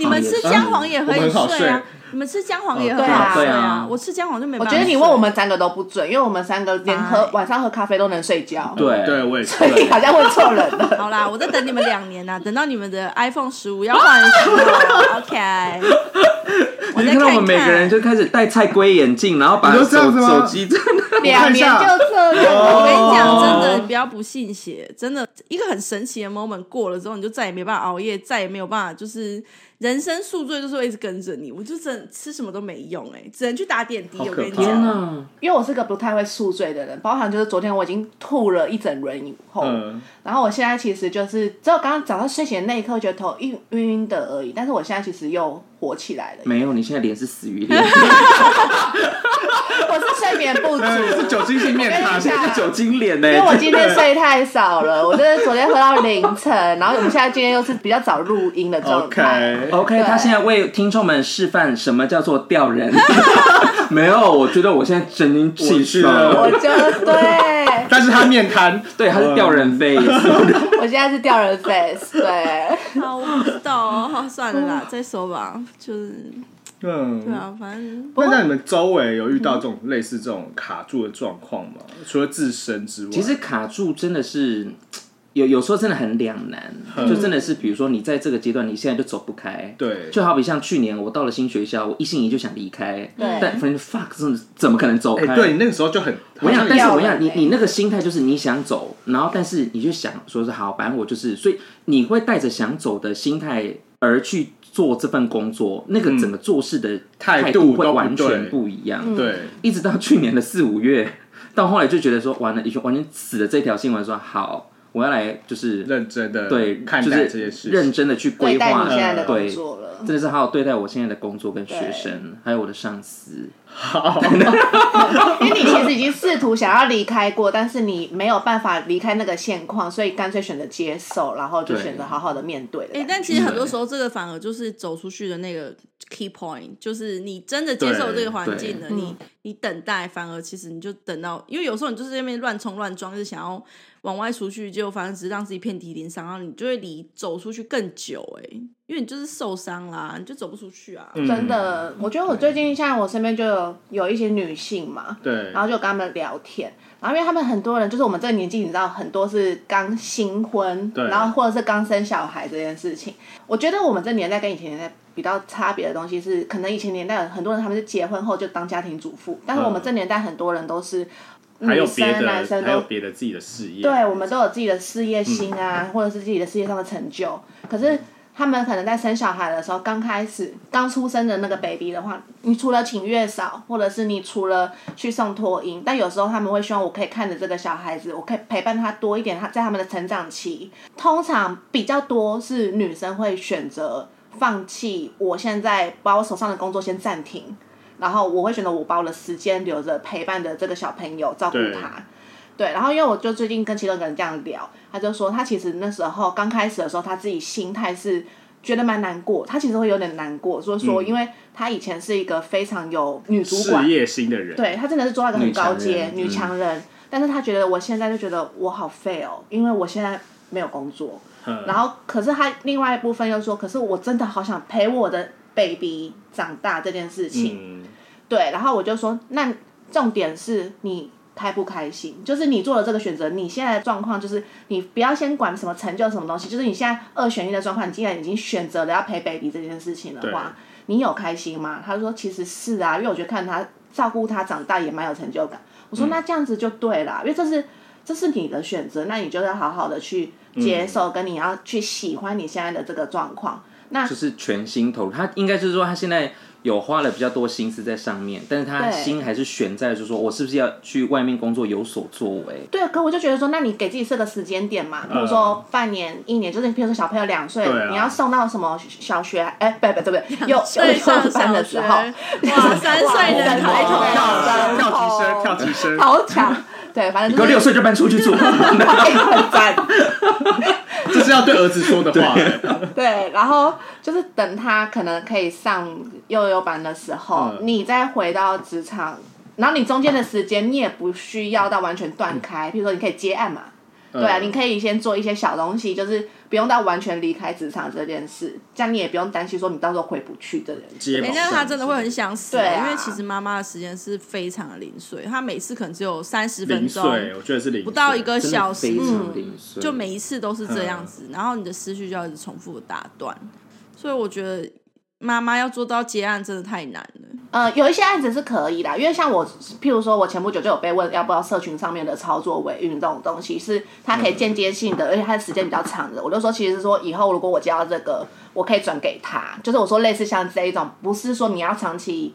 [SPEAKER 5] 你们
[SPEAKER 3] 也
[SPEAKER 5] 吃
[SPEAKER 3] 是
[SPEAKER 5] 姜黄也可
[SPEAKER 2] 我们
[SPEAKER 5] 以
[SPEAKER 2] 很好
[SPEAKER 5] 睡啊
[SPEAKER 2] 睡，
[SPEAKER 5] 你们吃姜黄也
[SPEAKER 4] 哦对
[SPEAKER 5] 很
[SPEAKER 4] 啊
[SPEAKER 5] 好睡
[SPEAKER 3] 对啊
[SPEAKER 5] 我吃姜黄就没
[SPEAKER 4] 我
[SPEAKER 5] 办法
[SPEAKER 4] 觉
[SPEAKER 5] 睡。
[SPEAKER 4] 得你问我们三个都不准，因为我们三个连喝
[SPEAKER 5] 哎
[SPEAKER 4] 晚上喝咖啡都能睡觉，
[SPEAKER 3] 嗯对
[SPEAKER 2] 啊对，我也是
[SPEAKER 4] 所， 以好像问错人了。
[SPEAKER 5] 好啦，我再等你们两年啊呐，等到你们的 iPhone 十五要换的时候，OK。我
[SPEAKER 3] 你
[SPEAKER 5] 再
[SPEAKER 3] 看到我们
[SPEAKER 5] 看
[SPEAKER 3] 每个人就开始戴菜龟眼镜，然后把
[SPEAKER 2] 你都这
[SPEAKER 3] 手
[SPEAKER 2] 样子吗
[SPEAKER 3] 手机真的
[SPEAKER 4] 两年就这样，
[SPEAKER 5] 我跟你讲，真的，
[SPEAKER 2] 哦
[SPEAKER 5] 你不要不信邪，真的，一个很神奇的 moment 过了之后，你就再也没办法熬夜，再也没有办法，就是人生宿醉，就是会一直跟着你。我就真的吃什么都没用、哎，只能去打点滴。
[SPEAKER 2] 好
[SPEAKER 5] 我
[SPEAKER 2] 可
[SPEAKER 5] 跟你
[SPEAKER 2] 怕
[SPEAKER 5] 讲，
[SPEAKER 3] 啊，
[SPEAKER 4] 因为我是个不太会宿醉的人，包含就是昨天我已经吐了一整轮以后，
[SPEAKER 2] 嗯，
[SPEAKER 4] 然后我现在其实就是只有刚刚早上睡醒的那一刻觉得头晕晕晕的而已，但是我现在其实又火起来了，
[SPEAKER 3] 没有，你现在脸是死鱼脸，
[SPEAKER 4] 我是睡眠不足，
[SPEAKER 2] 嗯是酒精性 面
[SPEAKER 4] 我
[SPEAKER 2] 瘫
[SPEAKER 4] 跟你，讲
[SPEAKER 3] 是酒精脸呢
[SPEAKER 4] 因为。我今天睡太少了，我真的昨天喝到凌晨，然后我们现在今天又是比较早录音的状态。
[SPEAKER 2] OK，
[SPEAKER 3] OK，
[SPEAKER 4] 对
[SPEAKER 3] 他现在为听众们示范什么叫做吊人。没有，我觉得我现在神清气爽
[SPEAKER 2] 我是
[SPEAKER 4] 我就对，
[SPEAKER 2] 但是他面瘫，嗯
[SPEAKER 3] 对，他是吊人 飞，
[SPEAKER 4] 我现在是吊人 face，对，
[SPEAKER 5] 好，我不知道、哦，好算了啦，再说吧。就是对
[SPEAKER 2] 嗯。
[SPEAKER 5] 啊，反正
[SPEAKER 2] 那在你们周围有遇到这种类似这种卡住的状况吗？除了自身之外，
[SPEAKER 3] 其实卡住真的是有有时候真的很两难，就真的是比如说你在这个阶段，你现在就走不开。
[SPEAKER 2] 嗯对
[SPEAKER 3] 就好比像去年我到了新学校，我一心一意就想离开，
[SPEAKER 4] 对
[SPEAKER 3] 但 friend fuck 真的怎么可能走
[SPEAKER 2] 嗯哎、
[SPEAKER 3] 开？
[SPEAKER 2] 对你那个时候就很，
[SPEAKER 3] 我想，但是
[SPEAKER 4] 要
[SPEAKER 3] 我想
[SPEAKER 4] 了
[SPEAKER 3] 你
[SPEAKER 4] 欸
[SPEAKER 3] 你那个心态就是你想走，然后但是你就想说是好，反正我就是，所以你会带着想走的心态而去做这份工作，那个整个做事的
[SPEAKER 2] 嗯态度
[SPEAKER 3] 度会
[SPEAKER 2] 都不
[SPEAKER 3] 完
[SPEAKER 2] 对
[SPEAKER 3] 全不一样。
[SPEAKER 2] 对，
[SPEAKER 3] 一直到去年的四五月，到后来就觉得说完了，已经完全死了这条新闻，说好，我要来就是
[SPEAKER 2] 认真的
[SPEAKER 3] 对，
[SPEAKER 2] 看
[SPEAKER 3] 就
[SPEAKER 2] 待这些
[SPEAKER 3] 是
[SPEAKER 2] 事
[SPEAKER 3] 认
[SPEAKER 2] 情，
[SPEAKER 3] 真的去
[SPEAKER 4] 对
[SPEAKER 3] 规
[SPEAKER 4] 待
[SPEAKER 3] 划
[SPEAKER 4] 你现在的工
[SPEAKER 3] 对。
[SPEAKER 4] 作了。
[SPEAKER 3] 真的是好好对待我现在的工作跟学
[SPEAKER 4] 对
[SPEAKER 3] 生，还有我的上司。
[SPEAKER 4] 因为你其实已经试图想要离开过，但是你没有办法离开那个现况，所以干脆选择接受，然后就
[SPEAKER 3] 对
[SPEAKER 4] 选择好好的面对了。
[SPEAKER 5] 哎、但其实很多时候，这个反而就是走出去的那个 key point，就是你真的接受这个环境了，
[SPEAKER 4] 对
[SPEAKER 5] 你
[SPEAKER 4] 嗯
[SPEAKER 5] 你等待，反而其实你就等到，因为有时候你就是在那边乱冲乱撞，就是想要往外出去，结果反而只是让自己遍体鳞伤，然后你就会离走出去更久、哎，因为你就是受伤啦，你就走不出去啊。
[SPEAKER 2] 嗯
[SPEAKER 4] 真，的，我觉得我最近像我身边就有有一些女性嘛，
[SPEAKER 2] 对
[SPEAKER 4] 然，后就跟她们聊天，然后因为她们很多人就是我们这个年纪，你知道很多是刚新婚，
[SPEAKER 2] 对
[SPEAKER 4] 然后或者是刚生小孩这件事情，我觉得我们这年代跟以前年代比较差别的东西是，可能以前年代有很多人他们是结婚后就当家庭主妇，但是我们
[SPEAKER 2] 嗯
[SPEAKER 4] 这年代很多人都是。
[SPEAKER 2] 还
[SPEAKER 4] 女
[SPEAKER 2] 有别
[SPEAKER 4] 生、男
[SPEAKER 2] 的，
[SPEAKER 4] 生
[SPEAKER 2] 还有
[SPEAKER 4] 都
[SPEAKER 2] 别的自己的事业，
[SPEAKER 4] 对，我们都有自己的事业心啊，或者是自己的事业上的成就。可是他们可能在生小孩的时候，刚开始刚出生的那个 baby 的话，你除了请月嫂，或者是你除了去送托婴，但有时候他们会希望我可以看着这个小孩子，我可以陪伴他多一点。他在他们的成长期，通常比较多是女生会选择放弃，我现在把我手上的工作先暂停。然后我会选择我把我的时间留着陪伴着这个小朋友，照顾
[SPEAKER 2] 对
[SPEAKER 4] 他。对，然后因为我就最近跟其中一个人这样聊，他就说他其实那时候刚开始的时候，他自己心态是觉得蛮难过，他其实会有点难过，就是说，因为他以前是一个非常有女主管
[SPEAKER 2] 嗯事，业心的人，
[SPEAKER 4] 对他真的是做到一个很高
[SPEAKER 3] 女
[SPEAKER 4] 阶
[SPEAKER 3] 强人嗯
[SPEAKER 4] 女强人，但是他觉得我现在就觉得我好废哦，因为我现在没有工作，
[SPEAKER 2] 嗯，
[SPEAKER 4] 然后可是他另外一部分又说，可是我真的好想陪我的 baby 长大这件事情，
[SPEAKER 2] 嗯，
[SPEAKER 4] 对，然后我就说，那重点是你开不开心，就是你做了这个选择，你现在的状况就是你不要先管什么成就什么东西，就是你现在二选一的状况，你既然已经选择了要陪 baby 这件事情的话，你有开心吗？他说其实是啊，因为我觉得看他照顾他长大也蛮有成就感。我说那这样子就对啦，因为这是这是你的选择，那你就要好好的去接受，跟你要去喜欢你现在的这个状况。那
[SPEAKER 3] 就是全心投入。他应该就是说，他现在有花了比较多心思在上面，但是他
[SPEAKER 4] 对
[SPEAKER 3] 心还是悬在，就是说我是不是要去外面工作有所作为？
[SPEAKER 4] 对，可我就觉得说，那你给自己设个时间点嘛，比如说半年、一年，就是比如说小朋友两岁，
[SPEAKER 2] 对啊
[SPEAKER 4] 你要送到什么小学？哎，不不对不对，幼幼
[SPEAKER 5] 所以上
[SPEAKER 4] 幼班
[SPEAKER 5] 小
[SPEAKER 4] 的
[SPEAKER 5] 学，
[SPEAKER 4] 时候
[SPEAKER 5] 哇，，三岁的
[SPEAKER 4] 哇
[SPEAKER 5] 抬头
[SPEAKER 4] 哇
[SPEAKER 5] 到
[SPEAKER 2] 跳级生，跳级生，
[SPEAKER 4] 好强，对，反
[SPEAKER 3] 你
[SPEAKER 4] 正
[SPEAKER 3] 给
[SPEAKER 4] 就
[SPEAKER 3] 我六
[SPEAKER 4] 是
[SPEAKER 3] 岁就搬出去住，
[SPEAKER 4] 很赞。
[SPEAKER 2] 这是要对儿子说的话，
[SPEAKER 4] 对，然后就是等他可能可以上幼幼班的时候，
[SPEAKER 2] 嗯
[SPEAKER 4] 你再回到职场，然后你中间的时间你也不需要到完全断开，比如说你可以接案嘛，
[SPEAKER 2] 对
[SPEAKER 4] 对啊，你可以先做一些小东西，就是不用到完全离开职场这件事，这样你也不用担心说你到时候回不去这件事。
[SPEAKER 2] 接
[SPEAKER 5] 哎、
[SPEAKER 2] 毛
[SPEAKER 5] 那他真的会很想死、哦
[SPEAKER 4] 对啊
[SPEAKER 5] 因为其实妈妈的时间是非常的零碎，她每次可能只有三十分
[SPEAKER 2] 零
[SPEAKER 5] 钟，
[SPEAKER 2] 碎，我觉得是零碎，
[SPEAKER 5] 不到一个小时
[SPEAKER 3] 真
[SPEAKER 5] 嗯
[SPEAKER 3] 的非，常零碎，嗯
[SPEAKER 5] 就每一次都是这样子，然后你的思绪就要一直重复的打断，所以我觉得妈妈要做到接案真的太难了。
[SPEAKER 4] 呃，有一些案子是可以的，因为像我，譬如说我前不久就有被问要不要社群上面的操作尾运这种东西，是它可以间接性的，而且它的时间比较长的。我就说，其实是说以后如果我接到这个，我可以转给他，就是我说类似像这一种，不是说你要长期。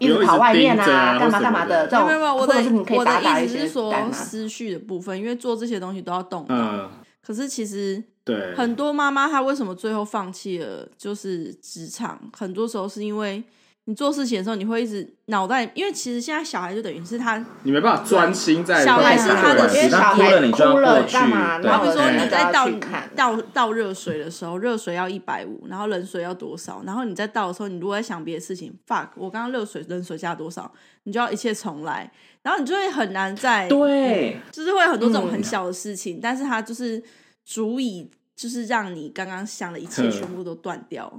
[SPEAKER 4] 一
[SPEAKER 2] 不用
[SPEAKER 4] 直
[SPEAKER 2] 一直
[SPEAKER 4] 跑外面
[SPEAKER 2] 盯着啊
[SPEAKER 4] 啊，干
[SPEAKER 2] 或
[SPEAKER 4] 嘛
[SPEAKER 2] 什
[SPEAKER 4] 干
[SPEAKER 2] 么
[SPEAKER 4] 嘛
[SPEAKER 2] 的
[SPEAKER 4] 的这种，
[SPEAKER 5] 没有没有，我
[SPEAKER 4] 或
[SPEAKER 5] 的
[SPEAKER 4] 者是你可以
[SPEAKER 5] 我的
[SPEAKER 4] 打打
[SPEAKER 5] 意
[SPEAKER 4] 一
[SPEAKER 5] 思
[SPEAKER 4] 些
[SPEAKER 5] 是说
[SPEAKER 4] 单啊。
[SPEAKER 5] 思绪的部分，因为做这些东西都要动脑、
[SPEAKER 2] 嗯，
[SPEAKER 5] 可是其实
[SPEAKER 2] 对，
[SPEAKER 5] 很多妈妈她为什么最后放弃了就是职场？很多时候是因为你做事情的时候，你会一直脑袋，因为其实现在小孩就等于是他
[SPEAKER 2] 你没办法专心在
[SPEAKER 5] 小
[SPEAKER 4] 还
[SPEAKER 5] 孩是
[SPEAKER 4] 是
[SPEAKER 5] 他
[SPEAKER 4] 他
[SPEAKER 5] 的
[SPEAKER 4] 的，
[SPEAKER 5] 对
[SPEAKER 4] 因为
[SPEAKER 5] 小
[SPEAKER 4] 小
[SPEAKER 3] 孩
[SPEAKER 4] 孩
[SPEAKER 3] 哭了你就要
[SPEAKER 4] 哭了
[SPEAKER 3] 过去
[SPEAKER 4] 干嘛？
[SPEAKER 3] 对
[SPEAKER 4] 然
[SPEAKER 5] 好
[SPEAKER 4] 后
[SPEAKER 5] 比
[SPEAKER 4] 有
[SPEAKER 5] 说
[SPEAKER 4] 人
[SPEAKER 5] 你
[SPEAKER 4] 就
[SPEAKER 5] 在
[SPEAKER 4] 要
[SPEAKER 5] 倒
[SPEAKER 4] 去看，
[SPEAKER 5] 倒倒热水的时候，热水要一百五，然后冷水要多少？然后你在倒的时候，你如果在想别的事情，fuck，我刚刚热水冷水加多少？你就要一切重来，然后你就会很难在，
[SPEAKER 3] 对，
[SPEAKER 5] 就是会有很多这种
[SPEAKER 4] 嗯
[SPEAKER 5] 很小的事情，但是它就是足以就是让你刚刚想的一切
[SPEAKER 2] 嗯
[SPEAKER 5] 全部都断掉。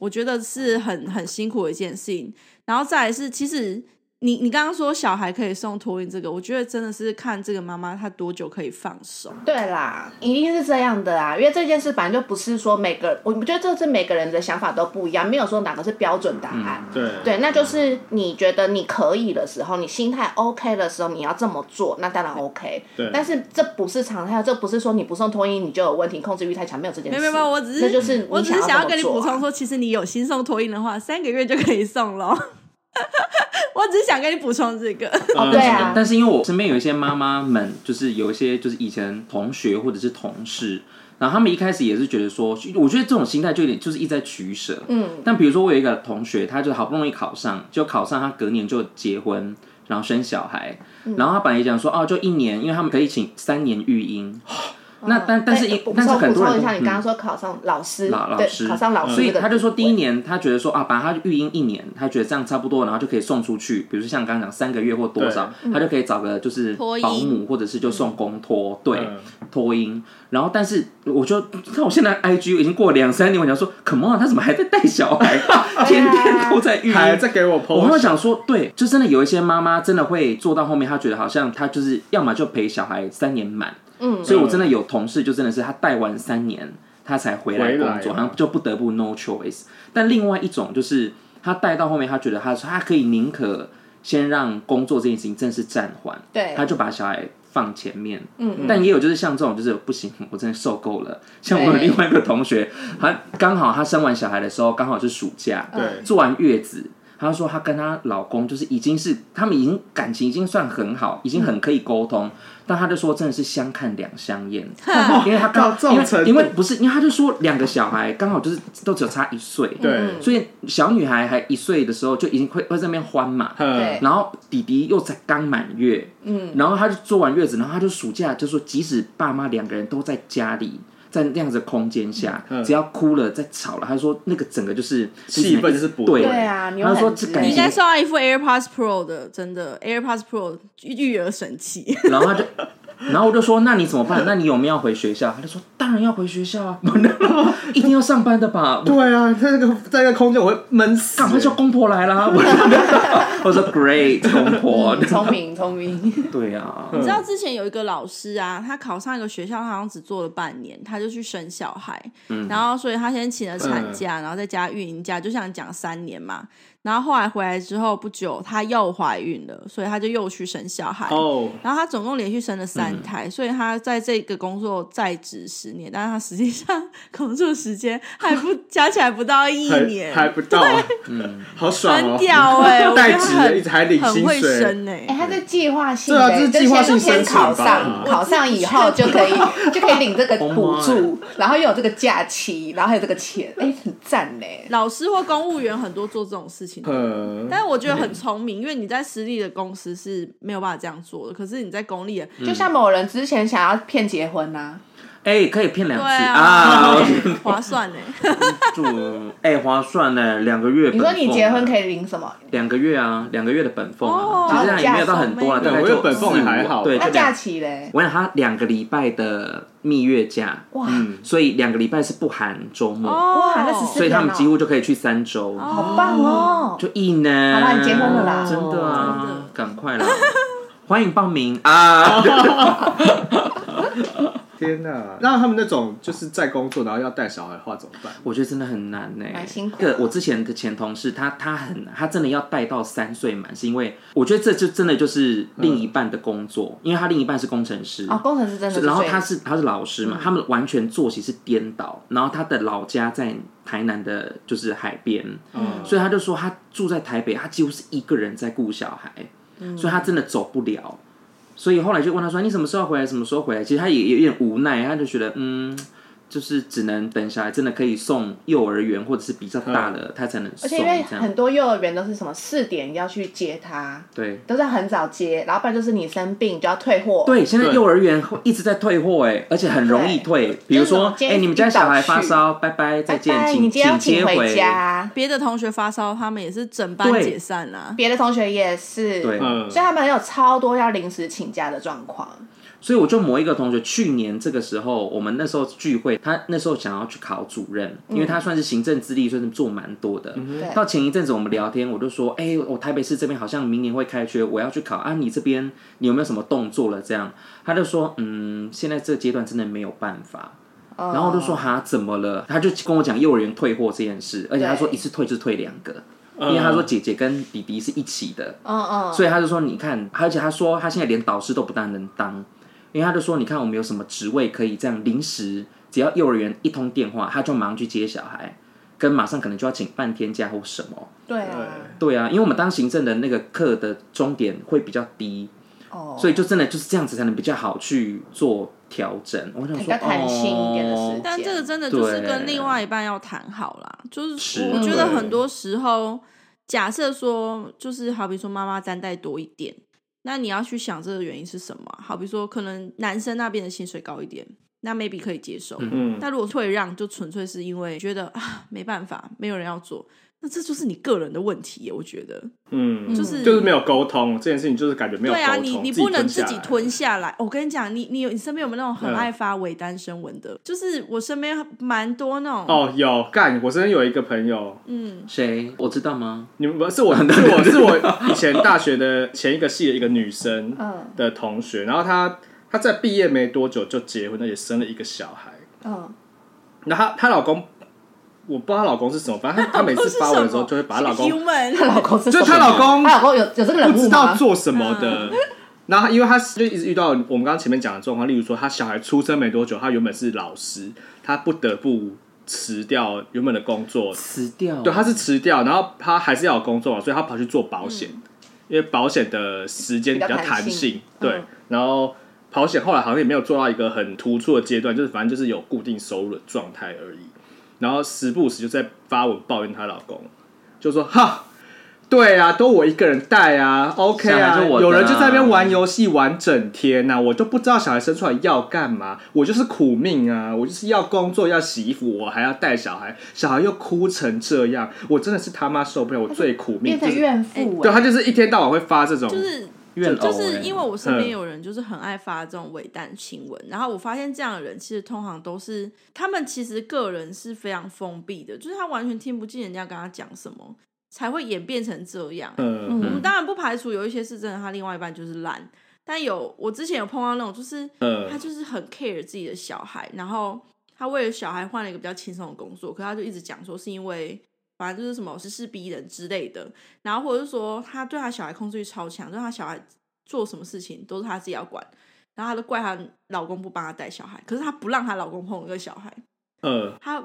[SPEAKER 5] 我觉得是很很辛苦的一件事情，然后再来是其实。你你刚刚说小孩可以送托运这个，我觉得真的是看这个妈妈她多久可以放手。
[SPEAKER 4] 对啦，一定是这样的啊，因为这件事本来就不是说每个，我觉得这是每个人的想法都不一样，没有说哪个是标准答案。
[SPEAKER 3] 嗯
[SPEAKER 2] 对
[SPEAKER 4] 对，那就是你觉得你可以的时候，你心态 OK 的时候，你要这么做，那当然 OK。
[SPEAKER 2] 对
[SPEAKER 4] 但是这不是常态，这不是说你不送脱衣你就有问题，控制欲太强，没有这件
[SPEAKER 5] 没
[SPEAKER 4] 事。
[SPEAKER 5] 有没有没有，我只是
[SPEAKER 4] 那就是
[SPEAKER 5] 我只是
[SPEAKER 4] 想
[SPEAKER 5] 要跟你
[SPEAKER 4] 这么
[SPEAKER 5] 补
[SPEAKER 4] 做啊
[SPEAKER 5] 充说，其实你有心送托运的话，三个月就可以送了。 我只是想跟你补充这个。
[SPEAKER 2] 哦
[SPEAKER 4] 对啊
[SPEAKER 3] 但是因为我身边有一些妈妈们，就是有一些就是以前同学或者是同事，然后他们一开始也是觉得说，我觉得这种心态就有点就是一直在取舍。嗯，但比如说我有一个同学，他就好不容易考上，就考上，他隔年就结婚。然后生小孩，
[SPEAKER 4] 嗯
[SPEAKER 3] 然后他本来也讲说哦，就一年，因为他们可以请三年育婴。那但但是
[SPEAKER 4] 哦哎
[SPEAKER 3] 一
[SPEAKER 4] 补
[SPEAKER 3] 但是
[SPEAKER 4] 充
[SPEAKER 3] 很
[SPEAKER 4] 补
[SPEAKER 3] 多人嗯
[SPEAKER 4] 充一下，
[SPEAKER 3] 不
[SPEAKER 4] 你刚刚说考上老师，
[SPEAKER 3] 老老师
[SPEAKER 4] 对，考上老
[SPEAKER 3] 所
[SPEAKER 4] 师
[SPEAKER 3] 以
[SPEAKER 4] 这个，
[SPEAKER 3] 他就说第一，年他觉得说啊，把他育婴一年，他觉得这样差不多，然后就可以送出去，比如说像刚刚讲三个月或多少，他就可以找个就是
[SPEAKER 5] 托婴
[SPEAKER 3] 保姆或者是就送公托，对
[SPEAKER 2] 嗯，
[SPEAKER 3] 托婴。然后但是我就看我现在 IG 已经过两三年，我想说，Come on，他怎么还在带小 孩，天
[SPEAKER 4] 啊
[SPEAKER 3] 天都在育
[SPEAKER 2] 还
[SPEAKER 3] 婴
[SPEAKER 2] 在。给我 p
[SPEAKER 3] 我会想说，对，就真的有一些妈妈真的会做到后面，她觉得好像她就是要么就陪小孩三年满，
[SPEAKER 4] 嗯，
[SPEAKER 3] 所以我真的有同事就真的是他带完三年，他才回来工
[SPEAKER 2] 回
[SPEAKER 3] 作，
[SPEAKER 2] 来
[SPEAKER 3] 然后就不得不 no choice。但另外一种就是他带到后面，他觉得他他可以宁可先让工作这件事情正式暂缓，
[SPEAKER 4] 对
[SPEAKER 3] 他就把小孩。放前面，
[SPEAKER 4] 嗯
[SPEAKER 3] 嗯，但也有就是像这种，就是不行，我真的受够了。像我有另外一个同学，他刚好他生完小孩的时候，刚好是暑假，
[SPEAKER 2] 对
[SPEAKER 3] 做完月子，她说她跟她老公就是已经是他们已经感情已经算很好，已经很可以沟通，但她就说真的是相看两相 厌，因为她刚
[SPEAKER 2] 到这种
[SPEAKER 3] 因为
[SPEAKER 2] 程度
[SPEAKER 3] 因为不是因为她就说两个小孩刚好就是都只有差一岁，
[SPEAKER 2] 对，
[SPEAKER 3] 所以小女孩还一岁的时候就已经会会在那边欢嘛，
[SPEAKER 2] 嗯
[SPEAKER 4] 对
[SPEAKER 3] 然后弟弟又才刚满月，嗯，然后他就做完月子，然后他就暑假就说，即使爸妈两个人都在家里，在那样子的空间下，
[SPEAKER 2] 嗯
[SPEAKER 3] 只要哭了、在吵了，他说那个整个就是
[SPEAKER 2] 气氛就是不
[SPEAKER 3] 对，
[SPEAKER 2] 对
[SPEAKER 4] 对啊 你会
[SPEAKER 3] 他说
[SPEAKER 4] 很
[SPEAKER 3] 这
[SPEAKER 4] 直
[SPEAKER 3] 感
[SPEAKER 5] 你应
[SPEAKER 3] 情
[SPEAKER 5] 该送他一副 AirPods Pro 的，真的 AirPods Pro 育儿神器。
[SPEAKER 3] 然后他就，然后我就说，那你怎 么办？那你有没有要回学校？他就说，当然要回学校啊， 一定要上班的吧。我
[SPEAKER 2] 对啊，在那个在那个空间我会闷死
[SPEAKER 3] 赶。快叫公婆来啦！ 我我说 great 公婆，
[SPEAKER 2] 嗯
[SPEAKER 4] 聪明聪明，
[SPEAKER 3] 对啊，
[SPEAKER 5] 你知道之前有一个老师啊，他考上一个学校，他好像只做了半年，他就去生小孩，
[SPEAKER 2] 嗯
[SPEAKER 5] 然后所以他先请了产假，然后再加育婴假，就像你讲三年嘛。然后后来回来之后不久，她又怀孕了，所以她就又去生小孩。
[SPEAKER 2] 哦，嗯
[SPEAKER 5] 然后她总共连续生了三胎，所以她在这个工作在职十年，但是她实际上工作时间还不加起来不到一
[SPEAKER 2] 还
[SPEAKER 5] 年，
[SPEAKER 2] 还不到，嗯，好爽
[SPEAKER 5] 很
[SPEAKER 2] 哦，
[SPEAKER 5] 屌哎、我觉
[SPEAKER 2] 代
[SPEAKER 5] 得
[SPEAKER 2] 职
[SPEAKER 5] 很
[SPEAKER 2] 一直还领
[SPEAKER 5] 很
[SPEAKER 2] 薪
[SPEAKER 5] 会
[SPEAKER 2] 水，
[SPEAKER 5] 生哎、
[SPEAKER 4] 哎，他在计划性
[SPEAKER 2] 对啊
[SPEAKER 4] 的，
[SPEAKER 2] 这是
[SPEAKER 4] 就
[SPEAKER 2] 计划
[SPEAKER 4] 先
[SPEAKER 2] 性
[SPEAKER 4] 先
[SPEAKER 2] 申请
[SPEAKER 4] 考
[SPEAKER 2] 吧
[SPEAKER 4] 上，考上以后就可以就可以领 这个
[SPEAKER 3] Oh my
[SPEAKER 4] 补助，然后又有这个假期，然后还有这个钱，哎，很赞
[SPEAKER 3] 嗯
[SPEAKER 4] 嘞。
[SPEAKER 5] 老师或公务员很多做这种事情，
[SPEAKER 2] 嗯，
[SPEAKER 5] 但是我觉得很聪明，因为你在私立的公司是没有办法这样做的，可是你在公立的，
[SPEAKER 4] 就像某人之前想要骗结婚啊呐，
[SPEAKER 3] 哎，可以骗两
[SPEAKER 5] 对
[SPEAKER 3] 次
[SPEAKER 5] 啊，
[SPEAKER 3] 啊，
[SPEAKER 5] 对划算呢。欸
[SPEAKER 3] 祝哎划算呢，两个月。
[SPEAKER 4] 你说你结婚
[SPEAKER 3] 以？
[SPEAKER 4] 可以领什么？
[SPEAKER 3] 两个月啊，两个月的本俸
[SPEAKER 5] 哦
[SPEAKER 3] 啊，其实它也没有到很多了，
[SPEAKER 5] 对
[SPEAKER 3] 大概
[SPEAKER 2] 我
[SPEAKER 3] 就
[SPEAKER 2] 觉得本俸也
[SPEAKER 3] 四五
[SPEAKER 2] 还好
[SPEAKER 3] 对，
[SPEAKER 4] 那
[SPEAKER 3] 就
[SPEAKER 4] 假
[SPEAKER 3] 两。
[SPEAKER 4] 期嘞？
[SPEAKER 3] 我想他两个礼拜的蜜月假，嗯
[SPEAKER 4] 哇
[SPEAKER 3] 所以两个礼拜是不含周末，
[SPEAKER 5] 哦
[SPEAKER 4] 哇，那只是
[SPEAKER 3] 所以他们几乎就可以去三周。
[SPEAKER 4] 好棒哦！
[SPEAKER 3] 就一呢，
[SPEAKER 4] 好啦你结婚了啦
[SPEAKER 3] 真的
[SPEAKER 5] 真
[SPEAKER 3] 啊
[SPEAKER 5] 的，
[SPEAKER 3] 赶快啦，欢迎报名啊！
[SPEAKER 2] 天哪！那他们那种就是在工作然后要带小孩的话怎么办？
[SPEAKER 3] 我觉得真的很难呢、
[SPEAKER 4] 蛮辛苦
[SPEAKER 3] 这个我之前的前同事，他他很他真的要带到三岁满，是因为我觉得这就真的就是另一半的工作，因为他另一半是工程师
[SPEAKER 4] 哦，工程师嗯真的是最，
[SPEAKER 3] 然后他是他是老师嘛，他们完全作息是颠倒，然后他的老家在台南的，就是海边，
[SPEAKER 2] 嗯
[SPEAKER 3] 所以他就说他住在台北，他几乎是一个人在顾小孩，
[SPEAKER 4] 嗯
[SPEAKER 3] 所以他真的走不了。所以后来就问他说：“你什么时候回来？什么时候回来？”其实他也有点无奈，他就觉得嗯，就是只能等小孩真的可以送幼儿园或者是比较大的，他才能
[SPEAKER 4] 嗯
[SPEAKER 3] 送
[SPEAKER 4] 而且因为
[SPEAKER 3] 这样
[SPEAKER 4] 很。多幼儿园都是什么四点要去接他，
[SPEAKER 3] 对
[SPEAKER 4] 都是很早接，然后不然就是你生病就要退货。
[SPEAKER 3] 对，现在
[SPEAKER 2] 对
[SPEAKER 3] 幼儿园会一直在退货哎，而且很容易退。比如说，
[SPEAKER 4] 就是那种今
[SPEAKER 3] 哎、
[SPEAKER 4] 天
[SPEAKER 3] 你们家小孩发烧，拜拜，再
[SPEAKER 4] 拜
[SPEAKER 3] 见，
[SPEAKER 4] 拜，
[SPEAKER 3] 请
[SPEAKER 4] 哎你今天要请
[SPEAKER 3] 接
[SPEAKER 4] 回家。
[SPEAKER 5] 别的同学发烧，他们也是整班
[SPEAKER 3] 对
[SPEAKER 5] 解散啦。
[SPEAKER 4] 别的同学也是，
[SPEAKER 3] 对
[SPEAKER 4] 所
[SPEAKER 2] 嗯
[SPEAKER 4] 以，他们有超多要临时请假的状况。
[SPEAKER 3] 所以我就某一个同学，去年这个时候，我们那时候聚会，他那时候想要去考主任，因为他算是行政资历，算是做蛮多的。
[SPEAKER 4] 嗯对
[SPEAKER 3] 到前一阵子我们聊天，我就说，哎、我台北市这边好像明年会开缺，我要去考啊，你这边你有没有什么动作了？这样，他就说，嗯，现在这个阶段真的没有办法。
[SPEAKER 4] 哦
[SPEAKER 3] 然后我就说哈怎么了？他就跟我讲幼儿园退货这件事，而且他说
[SPEAKER 4] 对
[SPEAKER 3] 一次退就退两个，因为他说姐姐跟弟弟是一起的，
[SPEAKER 4] 嗯嗯，
[SPEAKER 3] 所以他就说，你看，而且他说他现在连导师都不大能当，因为他就说，你看我们有什么职位可以这样临时，只要幼儿园一通电话，他就马上去接小孩，跟马上可能就要请半天假或什么。
[SPEAKER 4] 对啊，
[SPEAKER 2] 对
[SPEAKER 3] 对啊，因为我们当行政的那个课的终点会比较低，
[SPEAKER 4] 哦，
[SPEAKER 3] 所以就真的就是这样子才能比较好去做调整。我想
[SPEAKER 4] 比
[SPEAKER 3] 说，
[SPEAKER 4] 较弹性一点的
[SPEAKER 3] 哦
[SPEAKER 4] 事
[SPEAKER 5] 但这个真的就是
[SPEAKER 3] 对
[SPEAKER 5] 跟另外一半要谈好啦，就是
[SPEAKER 3] 是
[SPEAKER 5] 我觉得
[SPEAKER 2] 对
[SPEAKER 5] 很多时候，假设说就是好比说妈妈担待多一点，那你要去想这个原因是什么啊。好比说可能男生那边的薪水高一点，那 maybe 可以接受。
[SPEAKER 2] 嗯，
[SPEAKER 5] 那如果退让，就纯粹是因为觉得啊没办法，没有人要做，那这就是你个人的问题耶。我觉得
[SPEAKER 2] 嗯，
[SPEAKER 5] 就是
[SPEAKER 2] 就是没有沟通这件事情，就是感觉没有沟
[SPEAKER 5] 对啊，
[SPEAKER 2] 通。
[SPEAKER 5] 你你不能自己
[SPEAKER 2] 下来
[SPEAKER 5] 吞下来。哦我跟你讲，你你有你身边有没有那种很
[SPEAKER 2] 嗯
[SPEAKER 5] 爱发伪单身文的？就是我身边蛮多那种
[SPEAKER 2] 哦，有干！我身边有一个朋友，
[SPEAKER 5] 嗯，
[SPEAKER 3] 哦谁我知道吗？
[SPEAKER 2] 你们 是我是我是我以前大学的前一个系的一个女生
[SPEAKER 4] 嗯
[SPEAKER 2] 的同学，然后她她在毕业没多久就结婚，而且生了一个小孩。
[SPEAKER 4] 嗯，
[SPEAKER 2] 那她她老公，我不知道她老公是什么，反正她她每次发文的时候就会把她老公
[SPEAKER 4] 她
[SPEAKER 5] human
[SPEAKER 4] 老公是
[SPEAKER 2] 就是
[SPEAKER 4] 什么
[SPEAKER 2] 她老公
[SPEAKER 4] 她老公有有这个人
[SPEAKER 2] 不
[SPEAKER 4] 物
[SPEAKER 2] 知道
[SPEAKER 4] 吗？
[SPEAKER 2] 做什么的。然后，因为他就一直遇到我们刚刚前面讲的状况，例如说，他小孩出生没多久，他原本是老师，他不得不辞掉原本的工作，
[SPEAKER 3] 辞
[SPEAKER 4] 哦
[SPEAKER 3] 掉？
[SPEAKER 2] 对，他是辞掉，然后他还是要有工作嘛，所以他跑去做保险，因为保险的时间比较
[SPEAKER 4] 嗯比较弹
[SPEAKER 2] 弹
[SPEAKER 4] 性
[SPEAKER 2] 性，对，
[SPEAKER 4] 嗯
[SPEAKER 2] 然后。保险后来好像也没有做到一个很突出的阶段，就是反正就是有固定收入的状态而已。然后时不时就在发文抱怨她老公，就说哈，对啊，都我一个人带啊，OK
[SPEAKER 3] 小
[SPEAKER 2] 啊，
[SPEAKER 3] 孩就我的啊
[SPEAKER 2] 有人就在那边玩游戏玩整天呐、我就不知道小孩生出来要干嘛，我就是苦命啊，我就是要工作要洗衣服，我还要带小孩，小孩又哭成这样，我真的是他妈受不了，我最苦命
[SPEAKER 4] 变，成
[SPEAKER 2] 就是
[SPEAKER 4] 怨妇
[SPEAKER 2] 对
[SPEAKER 4] 哎，
[SPEAKER 2] 他就是一天到晚会发这种，
[SPEAKER 5] 就是
[SPEAKER 3] 怨偶欸
[SPEAKER 2] 哎
[SPEAKER 5] 就是因为我身
[SPEAKER 2] 嗯
[SPEAKER 5] 边有人就是很爱发这种伪蛋新闻，然后我发现这样的人其实通常都是他们其实个人是非常封闭的，就是他完全听不进人家跟他讲什么，才会演变成这样。
[SPEAKER 2] 嗯
[SPEAKER 5] 我们当然不排除有一些是真的，他另外一半就是烂，但有我之前有碰到那种就是
[SPEAKER 2] 嗯
[SPEAKER 5] 他就是很 care 自己的小孩，然后他为了小孩换了一个比较轻松的工作，可他就一直讲说是因为反正就是什么时势逼人之类的，然后或者是说他对他小孩控制欲超强，对他小孩做什么事情都是他自己要管，然后他都怪她老公不帮她带小孩，可是她不让她老公碰那个小孩，
[SPEAKER 2] 嗯，
[SPEAKER 5] 她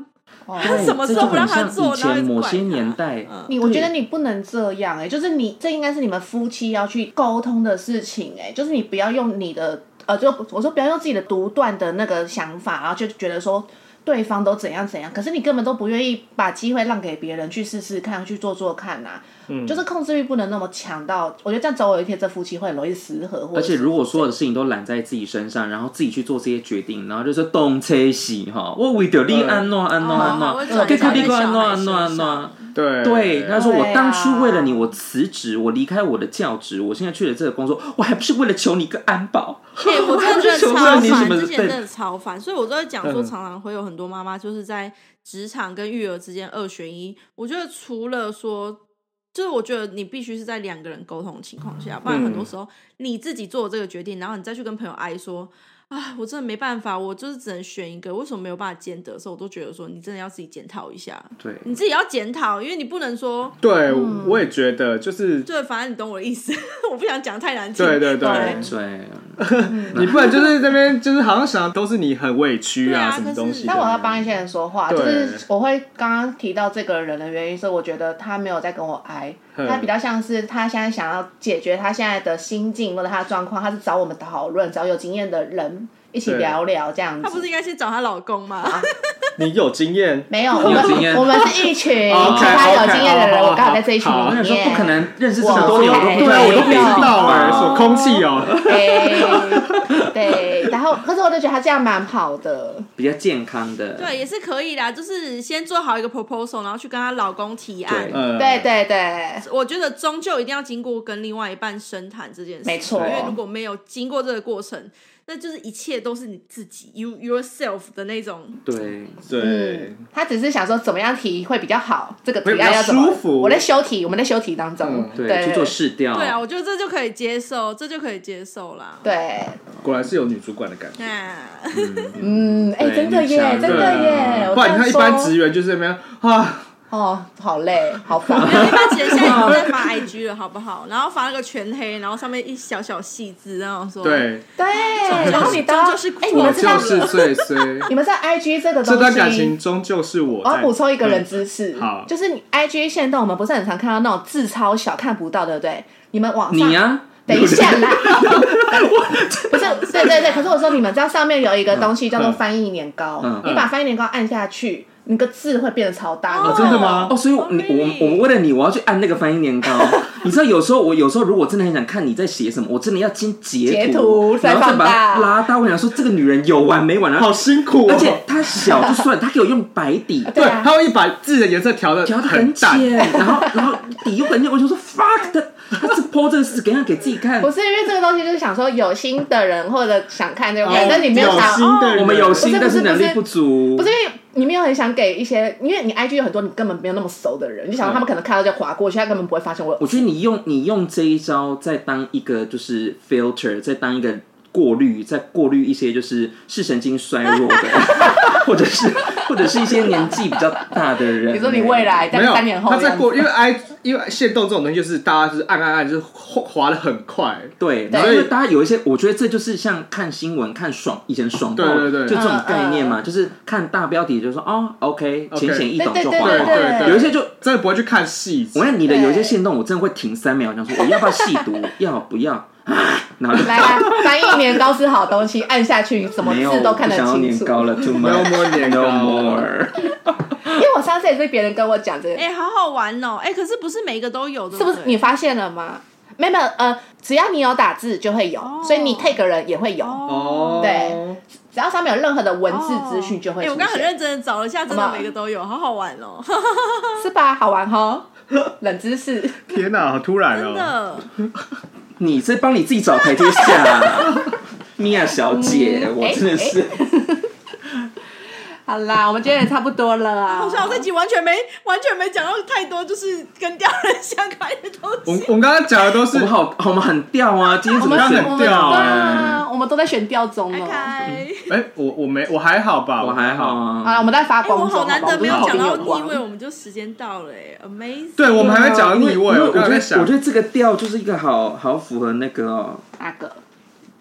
[SPEAKER 4] 哦
[SPEAKER 5] 他什么时候不让他做
[SPEAKER 3] 哎这就很像以前某些年代，
[SPEAKER 5] 嗯
[SPEAKER 4] 你我觉得你不能这样哎、就是你这应该是你们夫妻要去沟通的事情哎、就是你不要用你的呃，就我说不要用自己的独断的那个想法，然后就觉得说对方都怎样怎样，可是你根本都不愿意把机会让给别人去试试看，去做做看呐、啊
[SPEAKER 3] 嗯
[SPEAKER 4] 就是控制欲不能那么强到，我觉得这样总有一天这夫妻会很容易失和，或
[SPEAKER 3] 而
[SPEAKER 4] 者
[SPEAKER 3] 且
[SPEAKER 4] 是
[SPEAKER 3] 如果所有的事情都揽在自己身上，然后自己去做这些决定，然后就说东车西哈，我为着你安诺安诺安诺
[SPEAKER 5] 哦会转，
[SPEAKER 3] 给
[SPEAKER 5] 嫁
[SPEAKER 3] 你
[SPEAKER 5] 给
[SPEAKER 3] 安诺
[SPEAKER 5] 小孩
[SPEAKER 3] 安诺安
[SPEAKER 5] 身
[SPEAKER 3] 诺
[SPEAKER 5] 上。
[SPEAKER 2] 对
[SPEAKER 3] 对，他说
[SPEAKER 4] 对啊
[SPEAKER 3] 我当初为了你，我辞职，我离开我的教职，我现在去了这个工作，我还不是为了求你一个安保？
[SPEAKER 5] 对，哎我真的觉 得
[SPEAKER 3] 就
[SPEAKER 5] 超
[SPEAKER 3] 是为了你什
[SPEAKER 5] 烦，
[SPEAKER 3] 么
[SPEAKER 5] 之前
[SPEAKER 3] 对
[SPEAKER 5] 真的超烦，所以我都在讲说，
[SPEAKER 2] 嗯
[SPEAKER 5] 常常会有很多妈妈就是在职场跟育儿之间二选一。我觉得除了说，就是我觉得你必须是在两个人沟通的情况下，不然很多时候你自己做这个决定，然后你再去跟朋友哀说。啊，我真的没办法，我就是只能选一个。为什么没有办法兼得的时候，我都觉得说你真的要自己检讨一下，
[SPEAKER 3] 对，
[SPEAKER 5] 你自己要检讨，因为你不能说，
[SPEAKER 2] 对，我也觉得就是
[SPEAKER 5] 对，反正你懂我的意思， 我不想讲太难听。
[SPEAKER 2] 对对对
[SPEAKER 4] 对。
[SPEAKER 3] 对，
[SPEAKER 2] 你不然就是那边就是好像想的都是你很委屈啊，
[SPEAKER 5] 对啊
[SPEAKER 2] 什么
[SPEAKER 5] 可是
[SPEAKER 2] 东西的。
[SPEAKER 4] 但我要帮一些人说话，
[SPEAKER 2] 对
[SPEAKER 4] 就是我会刚刚提到这个人的原因是，我觉得他没有在跟我挨，
[SPEAKER 2] 嗯
[SPEAKER 4] 他比较像是他现在想要解决他现在的心境或者他的状况，他是找我们讨论，找有经验的人一起
[SPEAKER 2] 对
[SPEAKER 4] 聊聊这样
[SPEAKER 5] 她不是
[SPEAKER 4] 子。
[SPEAKER 5] 应该先找她老公吗？
[SPEAKER 2] 你有经验，
[SPEAKER 4] 没有，我
[SPEAKER 3] 有经
[SPEAKER 4] 们
[SPEAKER 3] 验
[SPEAKER 4] 我们是一 群
[SPEAKER 2] OK，
[SPEAKER 4] 其他有
[SPEAKER 2] OK，
[SPEAKER 4] 经验的人，
[SPEAKER 2] 好好
[SPEAKER 4] 我刚好在这一群
[SPEAKER 2] 好
[SPEAKER 4] 里
[SPEAKER 3] 我想
[SPEAKER 4] 面。
[SPEAKER 3] 说不 可能认识这么
[SPEAKER 4] 我
[SPEAKER 3] 多年，我都不知
[SPEAKER 2] 对
[SPEAKER 3] 道啊
[SPEAKER 2] 啊，
[SPEAKER 4] 对
[SPEAKER 2] 我都不知道哎、
[SPEAKER 4] 没有
[SPEAKER 2] 什么空气哦、
[SPEAKER 4] 对对，然后可是我就觉得他这样蛮好的，
[SPEAKER 3] 比较健康的，
[SPEAKER 5] 对，也是可以啦，就是先做好一个 proposal，然后去跟她老公提案。
[SPEAKER 3] 对
[SPEAKER 2] 嗯，
[SPEAKER 4] 对对对，
[SPEAKER 5] 我觉得终究一定要经过跟另外一半深谈这件事，
[SPEAKER 4] 没错
[SPEAKER 5] 因为如果没有经过这个过程，那就是一切都是你自己，you yourself 的那种。
[SPEAKER 3] 对，
[SPEAKER 2] 对，
[SPEAKER 4] 他只是想说怎么样提会比较好，这个提
[SPEAKER 2] 会比
[SPEAKER 4] 案
[SPEAKER 2] 较
[SPEAKER 4] 要怎么？
[SPEAKER 2] 舒服
[SPEAKER 4] 我在修题，我们在修题当中
[SPEAKER 2] 嗯，
[SPEAKER 3] 对，去做试调。
[SPEAKER 5] 对啊，我觉得这就可以接受，这就可以接受啦。
[SPEAKER 4] 对，
[SPEAKER 2] 果然是有女主管的感觉。
[SPEAKER 5] 啊，
[SPEAKER 4] 嗯，哎，
[SPEAKER 3] 对
[SPEAKER 4] 真的
[SPEAKER 3] 你
[SPEAKER 4] 耶
[SPEAKER 3] 想，
[SPEAKER 4] 真的耶，我
[SPEAKER 2] 啊不然你看一
[SPEAKER 4] 这样
[SPEAKER 2] 般
[SPEAKER 4] 说
[SPEAKER 2] 职员就是那边啊，
[SPEAKER 4] 哦，好累，好烦，
[SPEAKER 5] 一般姐现在已经在 发 IG 了，好不好？然后发了个全黑，然后上面一小小细字，然后说，
[SPEAKER 2] 对，
[SPEAKER 4] 对，然后你都要
[SPEAKER 5] 终究是
[SPEAKER 4] 哎，你
[SPEAKER 2] 我
[SPEAKER 4] 哦们知
[SPEAKER 2] 就，
[SPEAKER 4] 道
[SPEAKER 2] 啊是最衰。
[SPEAKER 4] 你们在 IG 这个东
[SPEAKER 2] 这
[SPEAKER 4] 西，
[SPEAKER 2] 段感情终究是我
[SPEAKER 4] 我
[SPEAKER 2] 在。
[SPEAKER 4] 要补充一个人知识，
[SPEAKER 2] 嗯好
[SPEAKER 4] 就是你 IG 线动，我们不是很常看到那种字超小看不到，对不对？你们网上
[SPEAKER 3] 你啊呀，
[SPEAKER 4] 等一下啦，不是，对对对，可是我说你们知道上面有一个东西叫做翻译年糕，
[SPEAKER 3] 嗯
[SPEAKER 4] 你把翻译年糕按下去，你个字会变得超大。
[SPEAKER 5] 哦
[SPEAKER 2] 哦，真的吗？
[SPEAKER 3] 哦，所以我你我我为了你，我要去按那个翻译 年糕。你知道，有时候我有时候如果真的很想看你在写什么，我真的要先截
[SPEAKER 4] 截图再
[SPEAKER 3] 然后再
[SPEAKER 4] 放
[SPEAKER 3] 把
[SPEAKER 4] 大
[SPEAKER 3] 它拉大。我想说，这个女人有完没完？然后
[SPEAKER 2] 好辛苦哦。
[SPEAKER 3] 而且它小就算，它给我用白底
[SPEAKER 2] 对，
[SPEAKER 4] 对啊
[SPEAKER 2] 他会把字的颜色调的
[SPEAKER 3] 调的
[SPEAKER 2] 很
[SPEAKER 3] 很
[SPEAKER 2] 淡，
[SPEAKER 3] 浅，然后然后底又很浅，我就说 fuck 他，他是 po 这个事给他给自己看
[SPEAKER 4] 不。是因为这个东西，就是想说有心的人或者想看这个，但哎你没有
[SPEAKER 2] 哦有
[SPEAKER 4] 想，哦
[SPEAKER 2] 心的人，
[SPEAKER 3] 我们哦有心，
[SPEAKER 4] 不
[SPEAKER 3] 但
[SPEAKER 4] 是不是
[SPEAKER 3] 能力不足。
[SPEAKER 4] 不是因为你没有很想给一些，因为你 IG 有很多你根本没有那么熟的人，你就想说他们可能看到就划过去，他根本不会发现我
[SPEAKER 3] 嗯我
[SPEAKER 4] 有。
[SPEAKER 3] 觉得你用你用这一招，再当一个就是 filter，再当一个过滤，再过滤一些就是视神经衰弱的， 或者是或者是一些年纪比较大的人。欸
[SPEAKER 4] 比如说你未来大
[SPEAKER 2] 没
[SPEAKER 4] 概
[SPEAKER 2] 有
[SPEAKER 4] 三年后
[SPEAKER 2] 他
[SPEAKER 4] 这样
[SPEAKER 2] 在
[SPEAKER 4] 子，
[SPEAKER 2] 过，因为 i 因为限动这种东西就是大家就是按按按，就是滑滑的很快。
[SPEAKER 3] 对，
[SPEAKER 4] 对
[SPEAKER 3] 然后因为大家有一些，我觉得这就是像看新闻、看爽以前爽报，
[SPEAKER 2] 对对对
[SPEAKER 3] 就
[SPEAKER 4] 嗯
[SPEAKER 3] 这种概念嘛，就是看大标题就说哦，OK，
[SPEAKER 2] OK
[SPEAKER 3] 浅显易懂就
[SPEAKER 4] 对
[SPEAKER 3] 划
[SPEAKER 2] 对
[SPEAKER 4] 对
[SPEAKER 3] 过。
[SPEAKER 2] 对对，
[SPEAKER 3] 有一些就
[SPEAKER 2] 真的不会去看细节
[SPEAKER 3] 我。看你的有一些线动，我真的会停三秒，想说我要不要细 读，要不要啊？然后就
[SPEAKER 4] 来啦，翻译年糕是好东西，按下去什么
[SPEAKER 3] 没有，
[SPEAKER 4] 字都看得
[SPEAKER 3] 我不想要
[SPEAKER 4] 清
[SPEAKER 3] 年
[SPEAKER 4] 楚。
[SPEAKER 3] 糕了，too
[SPEAKER 2] No
[SPEAKER 3] much。
[SPEAKER 2] more 年
[SPEAKER 3] No
[SPEAKER 2] 糕，
[SPEAKER 3] more，
[SPEAKER 4] 因为我上次也是别人跟我讲这个，
[SPEAKER 5] 哎、好好玩哦，哎、可是不是每一个都有的，
[SPEAKER 4] 是不是你发现了吗？没有没有，呃，只要你有打字就会有，
[SPEAKER 5] 哦
[SPEAKER 4] 所以你 take 人也会有，
[SPEAKER 2] 哦，
[SPEAKER 4] 对，只要上面有任何的文字资讯就会
[SPEAKER 5] 哎、
[SPEAKER 4] 出
[SPEAKER 5] 我刚刚很
[SPEAKER 4] 现，
[SPEAKER 5] 认真的找了一下，真
[SPEAKER 4] 好
[SPEAKER 5] 的
[SPEAKER 4] 不好
[SPEAKER 5] 每个都有，好好玩哦，
[SPEAKER 4] 是吧？好玩哦， 冷知识，
[SPEAKER 2] 天哪，好突然
[SPEAKER 4] 啊
[SPEAKER 5] 真
[SPEAKER 2] 哦！
[SPEAKER 5] 的。
[SPEAKER 3] 你在帮你自己找台阶下、 米娅小姐，
[SPEAKER 4] 嗯
[SPEAKER 3] 我
[SPEAKER 4] 哎
[SPEAKER 3] 真的是，
[SPEAKER 4] 好啦，我们今天也差不多了啊，
[SPEAKER 5] 好像我这集完全没完全没讲到太多，就是跟吊人相关的
[SPEAKER 2] 我
[SPEAKER 5] 东
[SPEAKER 2] 们
[SPEAKER 5] 西。
[SPEAKER 2] 我们刚刚讲的都
[SPEAKER 3] 我
[SPEAKER 2] 是
[SPEAKER 3] 们好，我们很掉啊，今天
[SPEAKER 4] 我
[SPEAKER 3] 怎
[SPEAKER 4] 们
[SPEAKER 3] 么
[SPEAKER 2] 我们
[SPEAKER 3] 很
[SPEAKER 4] 我们对
[SPEAKER 3] 掉哎、
[SPEAKER 4] 啊，我们都在选调中
[SPEAKER 2] 啊
[SPEAKER 5] 开
[SPEAKER 4] 哦。
[SPEAKER 5] 开，
[SPEAKER 2] 哎，我我没我还好吧，
[SPEAKER 3] 我还好。
[SPEAKER 4] 好
[SPEAKER 3] 啊，
[SPEAKER 4] 了，我们在发
[SPEAKER 5] 哎、
[SPEAKER 4] 光
[SPEAKER 5] 我
[SPEAKER 4] 中，
[SPEAKER 5] 好难得没有讲到逆
[SPEAKER 4] 逆
[SPEAKER 5] 位，我们就时间到了、哎，amazing。
[SPEAKER 2] 对，我们还没讲到逆位，
[SPEAKER 3] 因为我
[SPEAKER 2] 我
[SPEAKER 3] 觉
[SPEAKER 2] 刚
[SPEAKER 3] 得
[SPEAKER 2] 才在想，
[SPEAKER 3] 我觉得这个调就是一个好好符合那个、哦，
[SPEAKER 4] 哪个？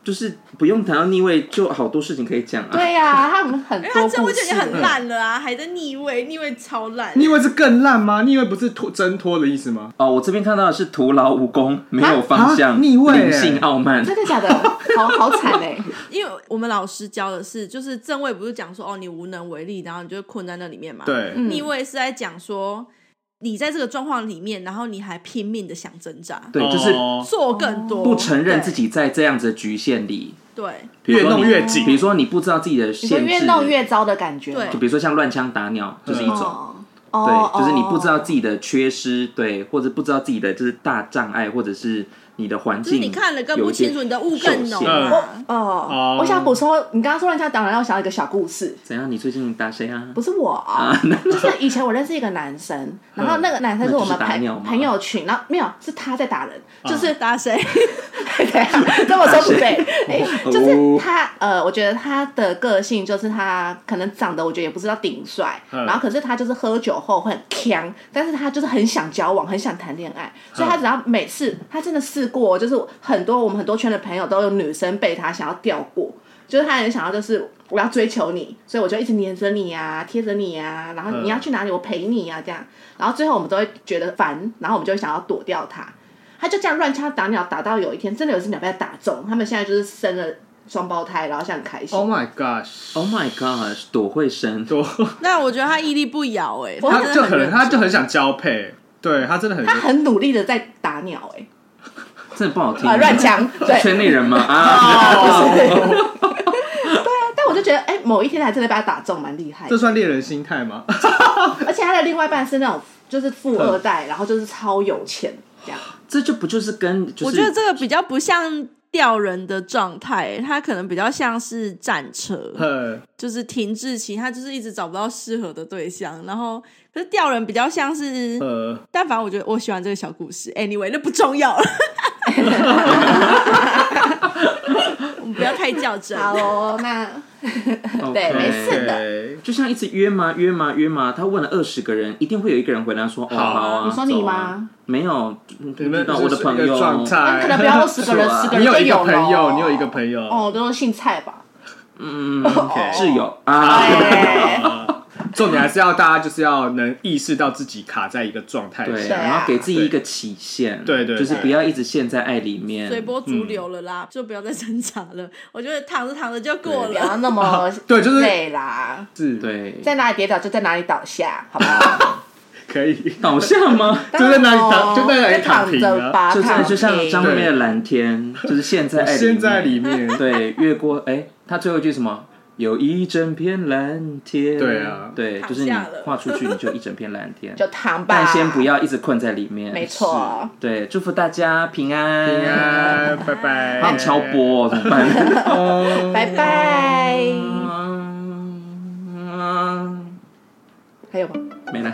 [SPEAKER 3] 就是不用谈到逆位，就好多事情可以讲啊。
[SPEAKER 4] 对呀、他们很
[SPEAKER 5] 因为
[SPEAKER 4] 多
[SPEAKER 5] 哎他这
[SPEAKER 4] 故
[SPEAKER 5] 位就已
[SPEAKER 4] 事
[SPEAKER 5] 经，很烂了啊，还在逆位，逆位超烂。
[SPEAKER 2] 逆位是更烂吗？逆位不是脱挣脱的意思吗？
[SPEAKER 3] 哦，我这边看到的是徒劳无功，没有方
[SPEAKER 2] 啊
[SPEAKER 3] 向，
[SPEAKER 2] 逆位
[SPEAKER 3] 灵性傲慢
[SPEAKER 4] 真。的假的？ 好好惨 哎、
[SPEAKER 5] 因为我们老师教的是，就是正位不是讲说哦你无能为力，然后你就困在那里面嘛。。
[SPEAKER 2] 对，
[SPEAKER 4] 嗯
[SPEAKER 5] 逆位是在讲说你在这个状况里面，然后你还拼命的想挣扎，
[SPEAKER 3] 对，就是
[SPEAKER 2] 哦
[SPEAKER 5] 做更多，
[SPEAKER 3] 不承认自己在这样子的局限里，
[SPEAKER 5] 对
[SPEAKER 3] 比如说
[SPEAKER 2] 越弄
[SPEAKER 3] 你
[SPEAKER 2] 越紧
[SPEAKER 3] 比如说你不知道自己的
[SPEAKER 4] 你说
[SPEAKER 3] 限制，
[SPEAKER 4] 越弄越糟的感觉吗，
[SPEAKER 5] 对
[SPEAKER 3] 就比如说像乱枪打鸟，就是一种。
[SPEAKER 4] 哦，
[SPEAKER 3] 对，就是你不知道自己
[SPEAKER 4] 己。
[SPEAKER 3] 的缺失，对，或者不知道自己的就是大障碍，或者是你的环
[SPEAKER 5] 就是
[SPEAKER 3] 境，
[SPEAKER 5] 你看了更不清楚，你的雾更浓
[SPEAKER 2] 嗯
[SPEAKER 5] 啊。
[SPEAKER 4] 哦
[SPEAKER 2] 哦，
[SPEAKER 4] 我想补充，你刚刚说人家当然让我想到一个小故事，
[SPEAKER 3] 怎样？你最近打谁啊？
[SPEAKER 4] 不是我啊，就是以前我认识一个男生，然后那个男生是我们
[SPEAKER 3] 那就是打鸟
[SPEAKER 4] 朋
[SPEAKER 3] 吗
[SPEAKER 4] 朋友群，然后没有是他在打人，
[SPEAKER 3] 啊
[SPEAKER 4] 就是
[SPEAKER 5] 打谁？
[SPEAKER 4] 对啊，这么说不对，哎就是
[SPEAKER 3] 哦
[SPEAKER 4] 他呃，我觉得他的个性就是他可能长得我觉得也不是到顶帅，
[SPEAKER 2] 嗯
[SPEAKER 4] 然后可是他就是喝酒后会很呛，但是他就是很想交往，很想谈恋爱，所以他只要每次他真的试过，就是很多我们很多圈的朋友都有女生被他想要钓过。就是他很想要，就是我要追求你，所以我就一直黏着你啊，贴着你啊，然后你要去哪里，我陪你啊，这样。然后最后我们都会觉得烦，然后我们就会想要躲掉他。他就这样乱枪打鸟，打到有一天真的有一只鸟被他打中，他们现在就是生了双胞胎，然后现在很开心。
[SPEAKER 2] ，Oh my gosh，
[SPEAKER 3] Oh my god，朵慧生，
[SPEAKER 2] 多，
[SPEAKER 5] 那我觉得他屹立不摇哎，
[SPEAKER 3] 哦
[SPEAKER 4] 我
[SPEAKER 2] 他
[SPEAKER 4] 真的
[SPEAKER 2] 就
[SPEAKER 4] 很
[SPEAKER 2] 可能
[SPEAKER 4] 认
[SPEAKER 2] 他
[SPEAKER 4] 真
[SPEAKER 2] 就很想交配，对他真的很
[SPEAKER 4] 他很努力的在打鸟、欸，
[SPEAKER 3] 真的不好听
[SPEAKER 2] 嗯
[SPEAKER 4] 哎，啊，乱，枪， 对
[SPEAKER 3] 圈内人吗？啊，
[SPEAKER 2] 哦，
[SPEAKER 4] 但我就觉得，哎、某一天还真的把他打中，蛮厉害
[SPEAKER 2] 这
[SPEAKER 4] 的。
[SPEAKER 2] 算猎人心态吗？
[SPEAKER 4] 而且他的另外一半是那种就是富 二代，然后就是超有钱这样。
[SPEAKER 3] 这就不就是跟就
[SPEAKER 5] 我觉得
[SPEAKER 3] 是
[SPEAKER 5] 这个比较不像吊人的状态，它可能比较像是战车，
[SPEAKER 2] 哼，
[SPEAKER 5] 就是停滞期，他就是一直找不到适合的对象，然后可是吊人比较像是，
[SPEAKER 2] 呃，
[SPEAKER 5] 但凡我觉得我喜欢这个小故事，anyway 那不重 要了， 我们不要太较真。
[SPEAKER 4] 好哦，那对，
[SPEAKER 3] OK
[SPEAKER 4] 没事的。
[SPEAKER 2] 对，
[SPEAKER 3] 就像一直约吗约吗约吗，他问了二十个人，一定会有一个人回答说：“哦，
[SPEAKER 2] 好
[SPEAKER 3] 好啊。”
[SPEAKER 4] 你说你吗？
[SPEAKER 3] 没有，
[SPEAKER 2] 你们
[SPEAKER 3] 我的
[SPEAKER 2] 就是
[SPEAKER 3] 朋
[SPEAKER 2] 一个状
[SPEAKER 3] 友。
[SPEAKER 4] 那可能不
[SPEAKER 2] 态，
[SPEAKER 4] 要二十个人，十个
[SPEAKER 2] 哎啊你
[SPEAKER 4] 人
[SPEAKER 2] 有
[SPEAKER 4] 就
[SPEAKER 2] 一个
[SPEAKER 4] 了
[SPEAKER 2] 朋友，你有一个朋友，
[SPEAKER 4] 哦，都是姓蔡 吧？
[SPEAKER 3] 嗯，
[SPEAKER 2] OK
[SPEAKER 3] 挚友啊，
[SPEAKER 4] 哎，
[SPEAKER 2] 啊 重点还是要大家就是要能意识到自己卡在一个状态
[SPEAKER 3] 对，
[SPEAKER 2] 下，
[SPEAKER 4] 啊
[SPEAKER 3] 然后给自己一个期限，
[SPEAKER 2] 对对对
[SPEAKER 3] 就是不要一直陷在爱里面。
[SPEAKER 5] 随波逐流了啦，就不要再 挣扎了。我觉得躺着躺着就过
[SPEAKER 4] 不
[SPEAKER 5] 了。啊
[SPEAKER 4] 要那么
[SPEAKER 2] 对就是
[SPEAKER 4] 累啦，
[SPEAKER 2] 是，，
[SPEAKER 3] 对，
[SPEAKER 4] 在哪里跌倒就在哪里倒下，好 不好？
[SPEAKER 2] 可以，
[SPEAKER 3] 倒下 吗？
[SPEAKER 2] 就在哪里躺就在哪里
[SPEAKER 4] 就躺
[SPEAKER 2] 躺平
[SPEAKER 4] 着
[SPEAKER 2] 啊
[SPEAKER 4] 吧，
[SPEAKER 3] 就
[SPEAKER 4] 哦躺
[SPEAKER 3] 像就像
[SPEAKER 4] 平
[SPEAKER 3] 张惠妹的《蓝 天》，就是陷在 爱里面。
[SPEAKER 2] 现在里面，
[SPEAKER 3] 对，越过哎，他最后一句什么？有一整片蓝天。
[SPEAKER 2] 对啊
[SPEAKER 3] 对，就是你
[SPEAKER 5] 躺下了
[SPEAKER 3] 画出去，你就一整片蓝天。
[SPEAKER 4] 就躺吧，
[SPEAKER 3] 但先不，要一直困在里面。
[SPEAKER 4] 没错。
[SPEAKER 3] 对，祝福大家平安。
[SPEAKER 2] 平。安，啊拜拜，
[SPEAKER 3] 他很敲波哦，怎么 办？
[SPEAKER 4] 拜拜，
[SPEAKER 3] 嗯
[SPEAKER 4] 还有吗？
[SPEAKER 3] 没了。